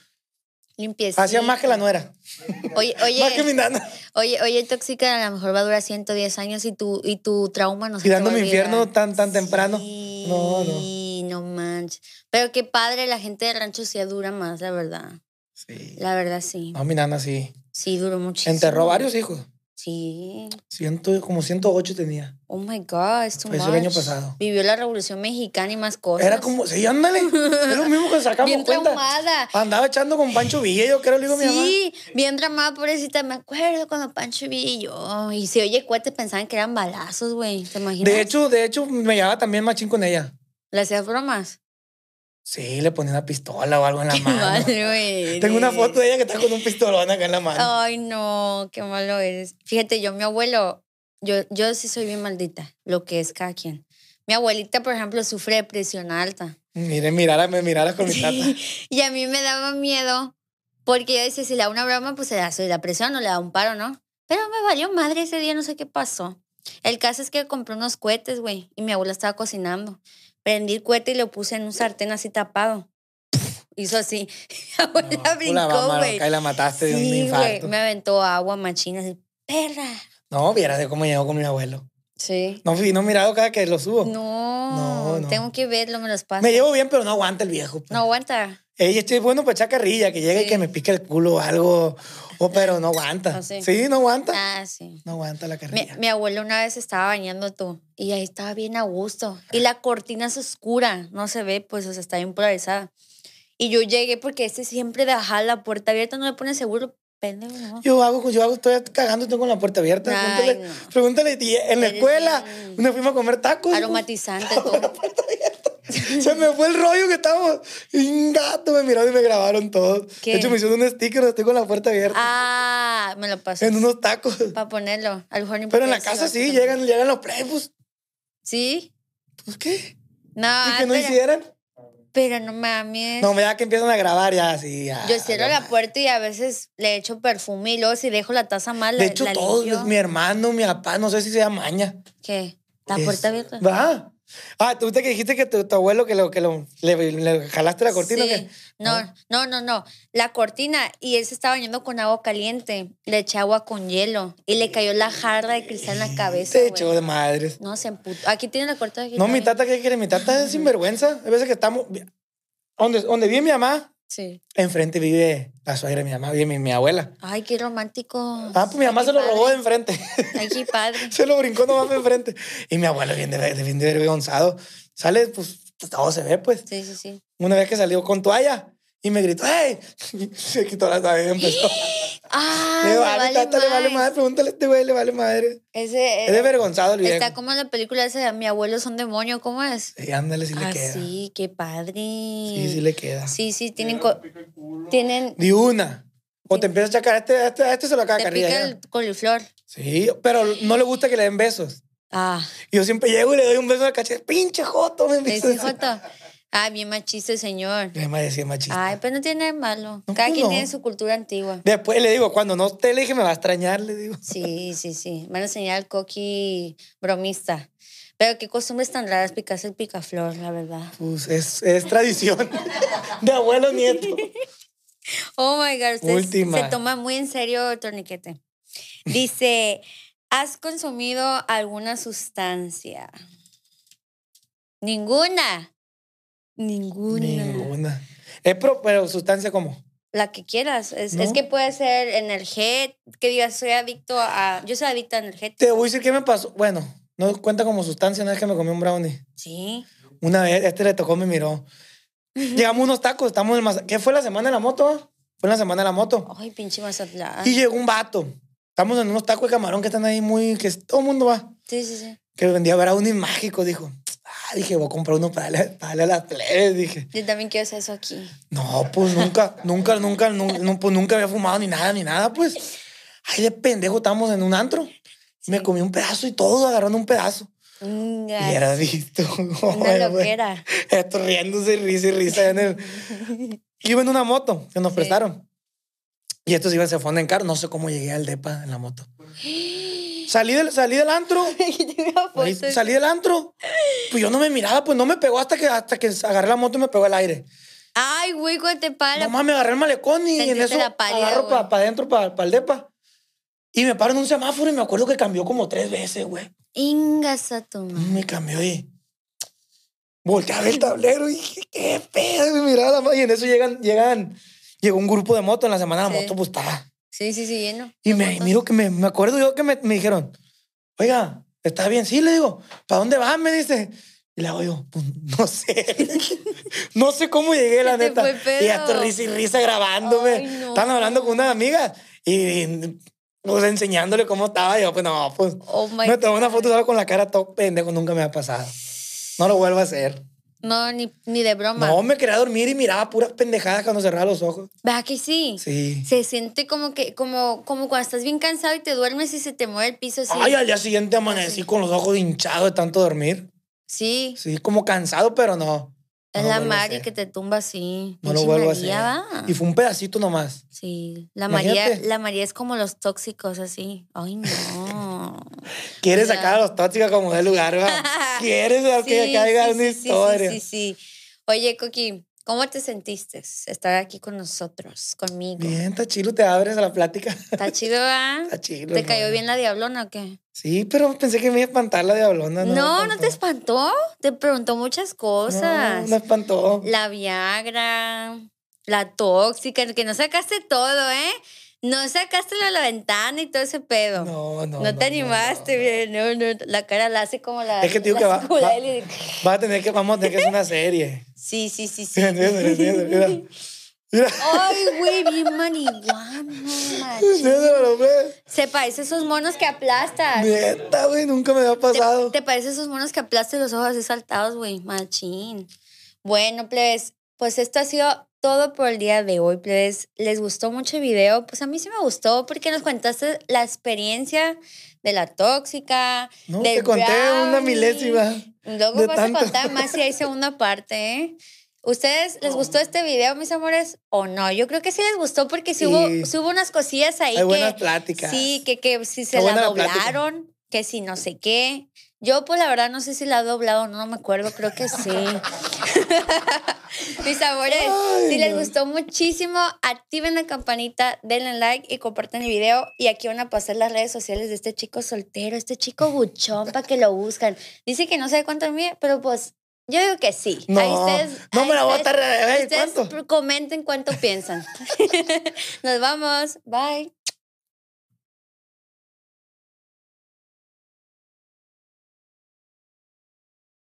Speaker 1: limpieza.
Speaker 2: Hacía más que la nuera.
Speaker 1: Oye,
Speaker 2: Más que mi
Speaker 1: oye,
Speaker 2: nana.
Speaker 1: oye, oye, tóxica, a lo mejor va a durar 110 años y tu, y tu trauma no se te va a
Speaker 2: Tirando mi
Speaker 1: olvidar.
Speaker 2: infierno tan, tan temprano.
Speaker 1: Sí,
Speaker 2: No, no.
Speaker 1: no. manches. Pero qué padre, la gente de rancho sí dura más, la verdad.
Speaker 2: Sí.
Speaker 1: La verdad sí.
Speaker 2: No, mi nana sí.
Speaker 1: Sí, duró muchísimo.
Speaker 2: Enterró varios hijos.
Speaker 1: Sí.
Speaker 2: Ciento, como 108 tenía.
Speaker 1: Oh my God, es too
Speaker 2: Falleció Pues, el año
Speaker 1: much.
Speaker 2: pasado.
Speaker 1: Vivió la Revolución Mexicana y más cosas.
Speaker 2: Era como, sí, ándale. Es lo mismo que sacamos
Speaker 1: Bien
Speaker 2: cuenta.
Speaker 1: traumada.
Speaker 2: Andaba echando con Pancho Villa, yo creo, le digo a mi mamá.
Speaker 1: Sí, bien dramada, pobrecita. Me acuerdo cuando Pancho y yo. Y si oye cuates pensaban que eran balazos, güey. ¿Te imaginas?
Speaker 2: De hecho, de hecho, me llevaba también machín con ella.
Speaker 1: ¿Le hacías bromas?
Speaker 2: Sí, le ponía una pistola o algo en la
Speaker 1: Qué
Speaker 2: mano.
Speaker 1: malo eres.
Speaker 2: Tengo una foto de ella que está con un pistolón acá en la mano.
Speaker 1: Ay, no, qué malo eres. Fíjate, yo, mi abuelo, yo, yo sí soy bien maldita, lo que es cada quien. Mi abuelita, por ejemplo, sufre de presión alta.
Speaker 2: Mire, mirara, me mirara con mi tata.
Speaker 1: Y a mí me daba miedo, porque yo decía, si le da una broma, pues se da soy la presión o le da un paro, ¿no? Pero me valió madre ese día, no sé qué pasó. El caso es que compré unos cohetes, güey, y mi abuela estaba cocinando. Prendí el cohete y lo puse en un sartén así tapado. Hizo así. Mi abuela
Speaker 2: Tú la
Speaker 1: brincó,
Speaker 2: mamá
Speaker 1: güey.
Speaker 2: loca y la mataste de un
Speaker 1: Sí, güey.
Speaker 2: infarto.
Speaker 1: Me aventó agua machina, así, perra.
Speaker 2: No, vieras de cómo llegó con mi abuelo.
Speaker 1: Sí.
Speaker 2: No, fui- no he mirado cada que lo subo.
Speaker 1: No,
Speaker 2: No, no.
Speaker 1: tengo que verlo, me los pasa.
Speaker 2: Me llevo bien, pero no aguanta el viejo. pues.
Speaker 1: No aguanta.
Speaker 2: Ella estoy bueno para echar carrilla, que llegue
Speaker 1: Sí.
Speaker 2: y que me pique el culo o algo. O, pero no aguanta.
Speaker 1: Ah, sí.
Speaker 2: Sí, no aguanta.
Speaker 1: Ah, sí.
Speaker 2: No aguanta la
Speaker 1: Mi,
Speaker 2: carrilla.
Speaker 1: mi abuelo una vez estaba bañando tú y ahí estaba bien a gusto. Y la cortina es oscura, no se ve, pues, o sea, está bien polarizada. Y yo llegué porque este siempre deja la puerta abierta, no le pone seguro, pendejo. ¿no?
Speaker 2: Yo hago, yo hago, estoy cagando y tengo con la puerta abierta.
Speaker 1: Ay,
Speaker 2: pregúntale,
Speaker 1: no.
Speaker 2: pregúntale, y en la
Speaker 1: Eres
Speaker 2: escuela
Speaker 1: bien-
Speaker 2: nos fuimos a comer tacos.
Speaker 1: Aromatizante, todo.
Speaker 2: Se me fue el rollo que estábamos. Y un gato me miraron y me grabaron todos.
Speaker 1: ¿Qué?
Speaker 2: De hecho, me hicieron un sticker, estoy con la puerta abierta.
Speaker 1: Ah, me lo pasó.
Speaker 2: en unos tacos.
Speaker 1: Para ponerlo. A lo mejor ni
Speaker 2: Pero en la
Speaker 1: porque se
Speaker 2: casa
Speaker 1: va a
Speaker 2: sí,
Speaker 1: poner.
Speaker 2: llegan, llegan los plebos.
Speaker 1: ¿Sí?
Speaker 2: Pues qué.
Speaker 1: No, ah,
Speaker 2: y que no
Speaker 1: pero,
Speaker 2: hicieran.
Speaker 1: pero no mames.
Speaker 2: No, ya que empiezan a grabar ya así. ya,
Speaker 1: Yo cierro
Speaker 2: ya.
Speaker 1: la puerta y a veces le echo perfume y luego si dejo la taza mal,
Speaker 2: De
Speaker 1: la-
Speaker 2: hecho,
Speaker 1: la
Speaker 2: todos,
Speaker 1: limpio.
Speaker 2: mi hermano, mi papá, no sé si sea maña.
Speaker 1: ¿Qué? ¿La
Speaker 2: Es-
Speaker 1: puerta abierta?
Speaker 2: Va. Ah, tú usted que dijiste que tu, tu abuelo que, lo, que lo, le, le jalaste la cortina.
Speaker 1: Sí.
Speaker 2: o qué? Ah.
Speaker 1: No, no, no, no. La cortina y él se estaba bañando con agua caliente. Le eché agua con hielo y le cayó la jarra de cristal en la cabeza.
Speaker 2: Se
Speaker 1: güey.
Speaker 2: echó de madres.
Speaker 1: No, se emputó. Aquí tiene la cortina. aquí
Speaker 2: No, mi
Speaker 1: también.
Speaker 2: tata, ¿qué quiere? Mi tata es sinvergüenza. Hay veces que estamos. Donde, donde vive mi mamá,
Speaker 1: Sí.
Speaker 2: enfrente vive la suegra de mi mamá, vive mi, mi abuela.
Speaker 1: Ay, qué romántico.
Speaker 2: Ah, pues mi mamá
Speaker 1: Ay,
Speaker 2: se lo
Speaker 1: padre.
Speaker 2: robó de enfrente.
Speaker 1: Ay, qué padre.
Speaker 2: se lo brincó nomás de enfrente. Y mi abuelo, bien de, bien desvergonzado, sale, pues todo se ve, pues.
Speaker 1: Sí, sí, sí.
Speaker 2: Una vez que salió con toalla y me gritó, ¡Ey! Se quitó la toalla y empezó.
Speaker 1: Ah,
Speaker 2: Le vale, tata, le vale madre. Pregúntale a este güey, le vale madre.
Speaker 1: Ese, eh,
Speaker 2: Es desvergonzado el
Speaker 1: Está
Speaker 2: viejo.
Speaker 1: como en la película esa de Mi abuelo es un demonio, ¿cómo es?
Speaker 2: Sí, ándale, si le
Speaker 1: ah,
Speaker 2: queda. Sí,
Speaker 1: sí, qué padre.
Speaker 2: sí, le queda.
Speaker 1: Sí, sí, tienen, co- tienen
Speaker 2: Di una. O te empieza a chacar, este, este, a este se lo acaba
Speaker 1: te pica
Speaker 2: carrilla. ya.
Speaker 1: el coliflor.
Speaker 2: Sí, pero no le gusta que le den besos.
Speaker 1: Ah,
Speaker 2: Y yo siempre llego y le doy un beso al cachete. ¡Pinche joto! Me
Speaker 1: le
Speaker 2: empieza a
Speaker 1: dicen
Speaker 2: decir.
Speaker 1: Joto. Ah, bien machista el señor.
Speaker 2: Mi mamá decía machista.
Speaker 1: Ay, pero no tiene nada de malo.
Speaker 2: No,
Speaker 1: Cada
Speaker 2: pues
Speaker 1: quien
Speaker 2: no.
Speaker 1: tiene su cultura antigua.
Speaker 2: Después le
Speaker 1: pues.
Speaker 2: digo, cuando no te elige me va a extrañar, le digo.
Speaker 1: Sí, sí, sí. Van a enseñar al coqui bromista. Pero qué costumbres tan raras picarse el picaflor, la verdad.
Speaker 2: Pues es, es tradición de abuelo nieto.
Speaker 1: Oh my God, ustedes
Speaker 2: Última.
Speaker 1: se toma muy en serio el torniquete. Dice, ¿has consumido alguna sustancia? Ninguna. Ninguna.
Speaker 2: Ninguna. Es pro- pero sustancia como.
Speaker 1: La que quieras. Es,
Speaker 2: No.
Speaker 1: es que puede ser energética, que digas, soy adicto a... Yo soy adicta a energética.
Speaker 2: Te voy a decir qué me pasó. Bueno, no cuenta como sustancia una vez que me comí un brownie.
Speaker 1: Sí.
Speaker 2: Una vez, este le tocó, me miró. Llegamos unos tacos, estamos en el Maza- ¿Qué fue la semana de la moto? ah? Fue en la semana de la moto.
Speaker 1: Ay, pinche Mazatlán.
Speaker 2: Y
Speaker 1: Sí,
Speaker 2: llegó un vato. Estamos en unos tacos de camarón que están ahí muy. que todo el mundo va.
Speaker 1: sí, sí.
Speaker 2: Que vendía brownie mágico, dijo. Ah, dije, voy a comprar uno para darle, para darle a las plebes, dije.
Speaker 1: Yo también quiero hacer eso aquí.
Speaker 2: No, pues nunca, nunca, nunca, nu- nu- pues nunca había fumado ni nada, ni nada, pues. Ay, de pendejo, estábamos en un antro. Me comí un pedazo y todo agarrando un pedazo.
Speaker 1: Mm,
Speaker 2: Y era visto.
Speaker 1: Una
Speaker 2: Bueno, pues,
Speaker 1: loquera.
Speaker 2: Esto riéndose y risa y risa. En el... Iba en una moto que nos
Speaker 1: Sí.
Speaker 2: prestaron. Y estos iban, se fueron en carro. No sé cómo llegué al depa en la moto. Salí del, salí del antro.
Speaker 1: Aquí tengo una
Speaker 2: Ahí
Speaker 1: foto.
Speaker 2: salí del antro. Pues yo no me miraba, pues no me pegó hasta que, hasta que agarré la moto y me pegó el aire.
Speaker 1: Ay, güey, cuando te para.
Speaker 2: No mames, agarré el malecón y en
Speaker 1: Sentiste
Speaker 2: eso
Speaker 1: la pálida,
Speaker 2: agarro
Speaker 1: güey.
Speaker 2: para adentro, para el depa. Y me paro en un semáforo y me acuerdo que cambió como tres veces, güey.
Speaker 1: Ingas a tu madre.
Speaker 2: Me cambió y volteé a ver el tablero y dije, qué pedo, y miraba la madre. Y en eso llegan, llegan, llegó un grupo de moto en la semana de la
Speaker 1: Sí.
Speaker 2: moto, pues estaba.
Speaker 1: Sí, sí, sí, lleno.
Speaker 2: Y
Speaker 1: ¿De
Speaker 2: me
Speaker 1: motos?
Speaker 2: miro que me, me acuerdo yo que me, me dijeron, oiga, ¿está bien? Sí, le digo, ¿para dónde vas? Me dice. Y le hago yo, pues no sé. no sé cómo llegué, la
Speaker 1: Se te
Speaker 2: neta.
Speaker 1: fue el pedo.
Speaker 2: Y hasta risa y risa grabándome.
Speaker 1: Ay, no.
Speaker 2: Estaban hablando con unas amigas y pues enseñándole cómo estaba. Y yo, pues no, pues.
Speaker 1: Oh my
Speaker 2: me tomé una
Speaker 1: God.
Speaker 2: foto solo con la cara todo pendejo, nunca me ha pasado. No lo vuelvo a hacer.
Speaker 1: No, ni, ni de broma.
Speaker 2: No, me quería dormir y miraba puras pendejadas cuando cerraba los ojos.
Speaker 1: ¿Verdad que sí?
Speaker 2: Sí.
Speaker 1: Se siente como que, como, como cuando estás bien cansado y te duermes y se te mueve el piso así.
Speaker 2: Ay, al día siguiente amanecí con los ojos hinchados de tanto dormir.
Speaker 1: sí.
Speaker 2: Sí, como cansado, pero no.
Speaker 1: Es
Speaker 2: No lo
Speaker 1: la
Speaker 2: vuelvo a
Speaker 1: Mari
Speaker 2: hacer.
Speaker 1: que te tumba así.
Speaker 2: No lo
Speaker 1: Pinche
Speaker 2: vuelvo a hacer.
Speaker 1: María, va.
Speaker 2: Y fue un pedacito nomás.
Speaker 1: Sí, la
Speaker 2: Imagínate.
Speaker 1: María, la María es como los tóxicos, así. Ay, no.
Speaker 2: Quieres
Speaker 1: Ya.
Speaker 2: sacar a los tóxicos como de lugar, ¿verdad? Quieres
Speaker 1: Sí,
Speaker 2: hacer que caiga
Speaker 1: sí,
Speaker 2: una
Speaker 1: sí, sí, sí,
Speaker 2: historia.
Speaker 1: Sí, sí, Oye, Coqui, ¿cómo te sentiste estar aquí con nosotros, conmigo?
Speaker 2: Bien, está chilo, te abres a la plática.
Speaker 1: ¿Está chido, ah?
Speaker 2: Está chilo.
Speaker 1: ¿Te
Speaker 2: hermano.
Speaker 1: cayó bien la diablona o qué?
Speaker 2: Sí, pero pensé que me iba a espantar la diablona.
Speaker 1: No,
Speaker 2: me
Speaker 1: no,
Speaker 2: espantó.
Speaker 1: te espantó. Te preguntó muchas cosas.
Speaker 2: No, me espantó.
Speaker 1: La Viagra, la tóxica, que no sacaste todo, ¿eh? No sacaste lo de la ventana y todo ese pedo.
Speaker 2: No, no.
Speaker 1: No, te animaste, bien, no, no, La cara la hace como la.
Speaker 2: Es que te digo
Speaker 1: la
Speaker 2: que va-
Speaker 1: escuela
Speaker 2: va-
Speaker 1: de Lili.
Speaker 2: Va a tener que, vamos a tener que hacer una serie.
Speaker 1: Sí, sí, sí, sí.
Speaker 2: Mira, mira, mira, mira. Mira,
Speaker 1: Ay, güey, bien marihuano, macho.
Speaker 2: mira, lo ve.
Speaker 1: Se parece a esos monos que aplastas.
Speaker 2: Neta, güey, nunca me había pasado.
Speaker 1: ¿Te, te parece a esos monos que aplastas y los ojos así saltados, güey? Machín. Bueno, plebes, pues esto ha sido todo por el día de hoy, plebes. ¿Les gustó mucho el video? Pues a mí sí me gustó porque nos contaste la experiencia de la tóxica.
Speaker 2: No,
Speaker 1: del
Speaker 2: te conté
Speaker 1: brownie.
Speaker 2: una milésima.
Speaker 1: Luego
Speaker 2: de
Speaker 1: vas
Speaker 2: tanto.
Speaker 1: a contar más si hay segunda parte, ¿eh? ¿Ustedes les gustó este video, mis amores? ¿O no? Yo creo que sí les gustó porque sí,
Speaker 2: Sí.
Speaker 1: Hubo, sí hubo unas cosillas ahí
Speaker 2: Hay
Speaker 1: que...
Speaker 2: buenas pláticas.
Speaker 1: Sí, que, que si se
Speaker 2: Está
Speaker 1: la
Speaker 2: buena la plática.
Speaker 1: doblaron, que si no sé qué. Yo, pues la verdad, no sé si la ha doblado o no, no me acuerdo, creo que sí. Mis amores,
Speaker 2: Ay,
Speaker 1: si les
Speaker 2: no.
Speaker 1: gustó muchísimo, activen la campanita, denle like y compartan el video. Y aquí van a pasar las redes sociales de este chico soltero, este chico buchón, para que lo buscan. Dice que no sabe cuánto mide, pero pues yo digo que sí.
Speaker 2: No,
Speaker 1: Ahí ustedes-
Speaker 2: no me
Speaker 1: ahí
Speaker 2: la voy a
Speaker 1: ustedes-
Speaker 2: estar, eh,
Speaker 1: ustedes
Speaker 2: ¿cuánto?
Speaker 1: Comenten cuánto piensan. Nos vamos. Bye.